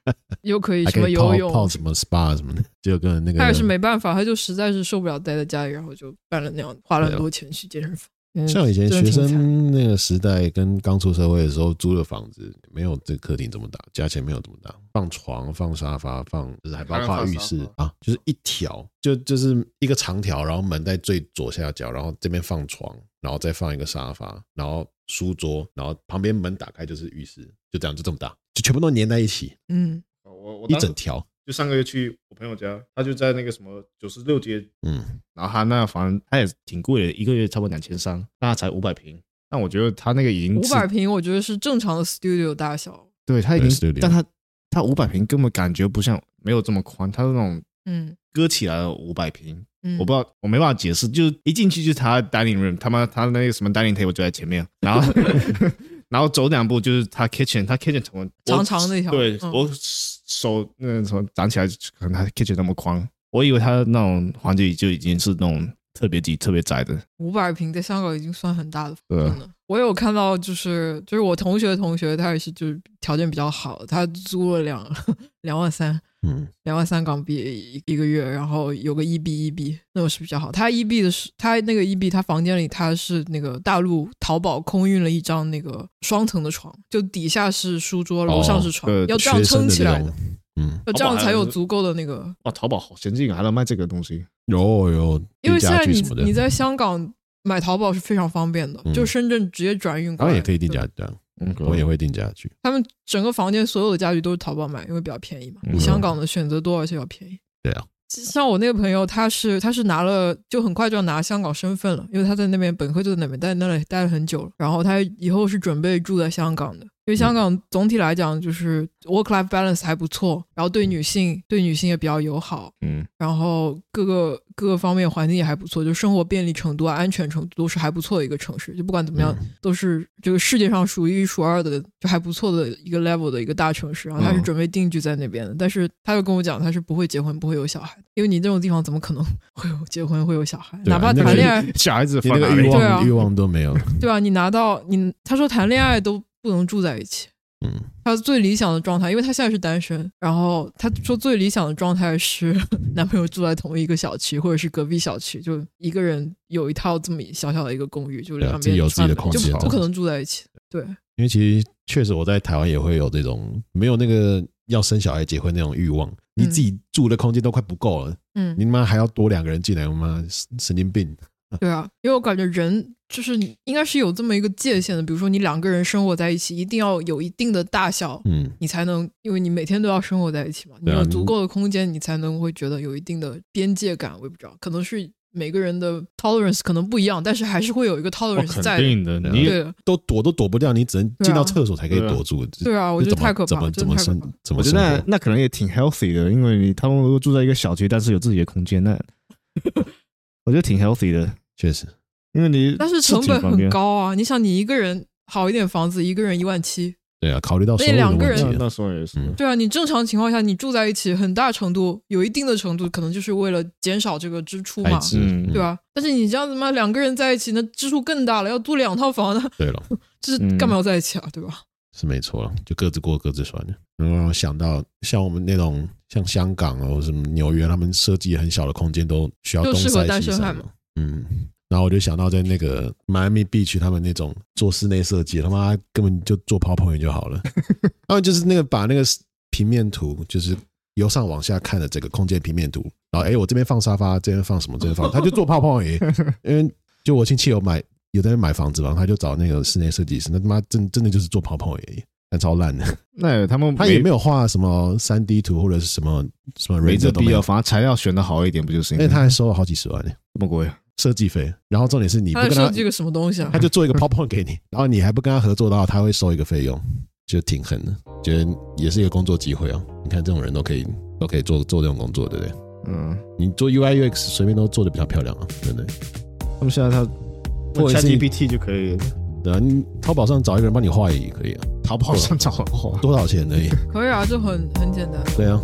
Speaker 3: 又可以
Speaker 1: 还
Speaker 3: 什
Speaker 1: 可
Speaker 3: 么
Speaker 1: 以
Speaker 3: 游
Speaker 1: 泡泡
Speaker 3: 泳。
Speaker 1: 什么 SPA 什么的，就跟那个
Speaker 3: 他也是没办法，他就实在是受不了待在家里，然后就办了那样，花了很多钱去健身房。嗯，
Speaker 1: 啊像以前
Speaker 3: 真的
Speaker 1: 学
Speaker 3: 挺惨
Speaker 1: 生那个时代，跟刚出社会的时候租的房子，没有这客厅这么大，价钱没有这么大，放床、放沙发、放就是还包括浴室
Speaker 2: 还能放沙
Speaker 1: 啊，就是一条，就就是一个长条，然后门在最左下角，然后这边放床，然后再放一个沙发，然后书桌，然后旁边门打开就是浴室，就这样就这么大，就全部都粘在一起，
Speaker 3: 嗯，
Speaker 2: 哦我我
Speaker 1: 一整条，
Speaker 2: 就上个月去我朋友家，他就在那个什么九十六街，
Speaker 1: 嗯，
Speaker 2: 然后他那房他也挺贵的，一个月差不多两千三，那才五百平。但我觉得他那个
Speaker 1: 嗯
Speaker 2: 已经
Speaker 3: 五
Speaker 2: 是
Speaker 3: 百平我觉得是正常的 studio 大小。
Speaker 2: 对他已
Speaker 1: 对
Speaker 2: 经
Speaker 1: ，studio，
Speaker 2: 但他他五百平根本感觉不像没有这么宽，他是那种
Speaker 3: 嗯
Speaker 2: 割起来的五百平，
Speaker 3: 嗯，
Speaker 2: 我不知道，我没办法解释，就是一进去就是他的 dining room，他妈他那个什么 dining table 就在前面，然后 然后走两步就是他 kitchen，他 kitchen 怎么
Speaker 3: 长长的一条
Speaker 2: 对、
Speaker 3: 嗯
Speaker 2: 我手那个什么长起来，可能他 kitchen 那么宽，我以为他那种环境就已经是那种特别挤、特别窄的，
Speaker 3: 五百平在香港已经算很大的房
Speaker 2: 对啊
Speaker 3: 子了。我有看到，就是就是我同学的同学，他也是就是条件比较好，他租了两两万三
Speaker 1: 嗯，
Speaker 3: 两万三港币一一个月，然后有个一 B 一 B，那种是比较好。他一 B 的是他那个一 B，他房间里他是那个大陆淘宝空运了一张那个双层的床，就底下是书桌，楼上是床，
Speaker 2: 对
Speaker 3: 要这样
Speaker 1: 哦学生
Speaker 3: 撑
Speaker 1: 的
Speaker 3: 起
Speaker 1: 那
Speaker 3: 来的
Speaker 1: 种，，嗯，
Speaker 3: 要这样才有足够的那个
Speaker 2: 哇，淘宝好先进啊，还能卖这个东西，
Speaker 1: 有有，
Speaker 3: 因
Speaker 1: 定
Speaker 3: 为现
Speaker 1: 家
Speaker 3: 在
Speaker 1: 具
Speaker 3: 你
Speaker 1: 什么的
Speaker 3: 你在香港买淘宝是非常方便的，
Speaker 1: 嗯
Speaker 3: 就深圳直接转运过
Speaker 1: 当
Speaker 3: 来，
Speaker 1: 然也可以定
Speaker 3: 对
Speaker 1: 价这样，
Speaker 2: 嗯
Speaker 1: 我也会订家具。
Speaker 3: 他们整个房间所有的家具都是淘宝买，因为比较便宜嘛，比
Speaker 2: 嗯
Speaker 3: 香港的选择多，而且要便宜。
Speaker 1: 对啊，
Speaker 3: 像我那个朋友，他是他是拿了就很快就要拿香港身份了，因为他在那边本科就在那边，在那里待了很久了。然后他以后是准备住在香港的，因为
Speaker 1: 嗯
Speaker 3: 香港总体来讲就是 work life balance 还不错，然后对女性对女性也比较友好，
Speaker 2: 嗯
Speaker 3: 然后各个各个方面环境也还不错，就生活便利程度啊、安全程度都是还不错的一个城市。就不管怎么样，
Speaker 1: 嗯
Speaker 3: 都是这个世界上数一数二的，就还不错的一个 level 的一个大城市。然后他是
Speaker 2: 嗯
Speaker 3: 准备定居在那边的，但是他又跟我讲，他是不会结婚、不会有小孩的，因为你这种地方怎么可能 会有结婚、会有小孩？
Speaker 1: 对啊
Speaker 3: 哪怕
Speaker 1: 那
Speaker 3: 谈
Speaker 1: 个
Speaker 3: 恋爱，
Speaker 2: 小孩子
Speaker 1: 你
Speaker 2: 放
Speaker 1: 那
Speaker 2: 哪
Speaker 1: 个
Speaker 2: 里
Speaker 1: 欲？
Speaker 3: 对啊
Speaker 1: 望欲望都没有。
Speaker 3: 对啊，你拿到你，他说谈恋爱都不能住在一起。
Speaker 1: 嗯，
Speaker 3: 他最理想的状态，因为他现在是单身，然后他说最理想的状态是 男朋友住在同一个小区，或者是隔壁小区，就一个人有一套这么小小的一个公寓，就
Speaker 1: 对啊
Speaker 3: 两
Speaker 1: 自己
Speaker 3: 边
Speaker 1: 有自己的
Speaker 3: 串
Speaker 1: 空
Speaker 3: 门
Speaker 1: 间
Speaker 3: 就不可能住在一起。对，
Speaker 1: 因为其实确实我在台湾也会有这种没有那个要生小孩结婚那种欲望，你自己住的空间都快不够了，
Speaker 3: 嗯
Speaker 1: 你，妈还要多两个人进来，我妈神神经病。
Speaker 3: 对啊，因为我感觉人就是应该是有这么一个界限的，比如说你两个人生活在一起，一定要有一定的大小，
Speaker 1: 嗯，
Speaker 3: 你才能，因为你每天都要生活在一起嘛，你
Speaker 1: 对啊
Speaker 3: 有
Speaker 1: 你
Speaker 3: 足够的空间，你才能会觉得有一定的边界感。我也不知道，可能是每个人的 tolerance 可能不一样，但是还是会有一
Speaker 1: 哦
Speaker 3: 个
Speaker 2: 我
Speaker 3: tolerance
Speaker 2: 肯
Speaker 3: 在的。
Speaker 2: 定的，
Speaker 1: 对啊
Speaker 2: 你
Speaker 3: 对的，
Speaker 1: 都躲都躲不掉，你只能进到厕所才可以躲住。
Speaker 3: 啊对啊，我
Speaker 1: 这
Speaker 3: 觉得
Speaker 1: 怎么
Speaker 3: 太可
Speaker 1: 怎
Speaker 3: 怕，
Speaker 1: 么
Speaker 3: 了，
Speaker 1: 怎
Speaker 3: 真的
Speaker 1: 么
Speaker 3: 太可
Speaker 1: 生
Speaker 3: 怕了。
Speaker 1: 怎
Speaker 2: 我
Speaker 1: 么
Speaker 2: 觉
Speaker 1: 生
Speaker 2: 得那
Speaker 1: 活？
Speaker 2: 那可能也挺 healthy 的，因为你他们如果住在一个小区，但是有自己的空间，那 我觉得挺 healthy 的，
Speaker 1: 确实，
Speaker 2: 因为你
Speaker 3: 但是成
Speaker 2: 自己
Speaker 3: 本
Speaker 2: 方便
Speaker 3: 很。高啊！你想，你一个人好一点房子，一个人一万七，
Speaker 1: 对啊，考虑到收入的
Speaker 3: 那两个
Speaker 1: 问
Speaker 3: 人
Speaker 1: 题
Speaker 2: 那
Speaker 1: 啊，
Speaker 2: 那时候也是，
Speaker 1: 嗯
Speaker 3: 对啊，你正常情况下你住在一起，很大程度有一定的程度，可能就是为了减少这个支出
Speaker 1: 开
Speaker 3: 嘛，
Speaker 1: 支，
Speaker 2: 嗯
Speaker 3: 对啊吧？但是你这样子嘛，两个人在一起，那支出更大了，要租两套房，那
Speaker 1: 对了，
Speaker 3: 这是
Speaker 2: 嗯
Speaker 3: 干嘛要在一起啊？对吧？
Speaker 1: 是没错了，就各自过各自算了。然后让我想到像我们那种像香港哦，什么纽约，他们设计很小的空间都需要
Speaker 3: 就
Speaker 1: 东
Speaker 3: 适合
Speaker 1: 塞
Speaker 3: 单
Speaker 1: 西
Speaker 3: 身
Speaker 1: 塞
Speaker 3: 汉
Speaker 1: 嘛
Speaker 3: 嘛。
Speaker 1: 嗯，然后我就想到在那个 Miami Beach 他们那种做室内设计，他妈根本就做 PowerPoint 就好 了。他们就是那个把那个平面图，就是由上往下看的整个空间平面图，然后哎，我这边放沙发，这边放什么，这边放，他就做 PowerPoint 而已。 因为就我亲戚有买有在那边买房子嘛，他就找那个室内设计师，那他妈真真的就是做 PowerPoint 而已，但超烂的。
Speaker 2: 那他们
Speaker 1: 他也没
Speaker 2: 有
Speaker 1: 有画什么三 D 图或者是什么什么
Speaker 2: 没
Speaker 1: Ranger
Speaker 2: 这
Speaker 1: 都
Speaker 2: 必
Speaker 1: 没
Speaker 2: 要，
Speaker 1: 有，
Speaker 2: 反正材料选的好一点不就
Speaker 1: 而
Speaker 2: 行？
Speaker 1: 且他还收了好几十万呢
Speaker 2: 这么贵，啊
Speaker 1: 设计费。然后重点是你不
Speaker 3: 他
Speaker 1: 跟
Speaker 3: 在
Speaker 1: 他
Speaker 3: 设计个什么东西啊
Speaker 1: 他？就做一个 PowerPoint 给你，然后你还不跟他合作的话，他会收一个费用，就挺狠的。觉得也是一个工作机会啊！你看这种人都可以都可以做做这种工作，对不对？
Speaker 2: 嗯，
Speaker 1: 你做 UI UX 随便都做的比较漂亮啊，对不对？
Speaker 2: 他们现在他
Speaker 1: 或者是
Speaker 2: GPT 就可以
Speaker 1: 对啊，你淘宝上找一个人帮你画也可以啊，
Speaker 2: 淘宝上找好，
Speaker 1: 多少钱而已。
Speaker 3: 可以啊，这很很简单。
Speaker 1: 对啊，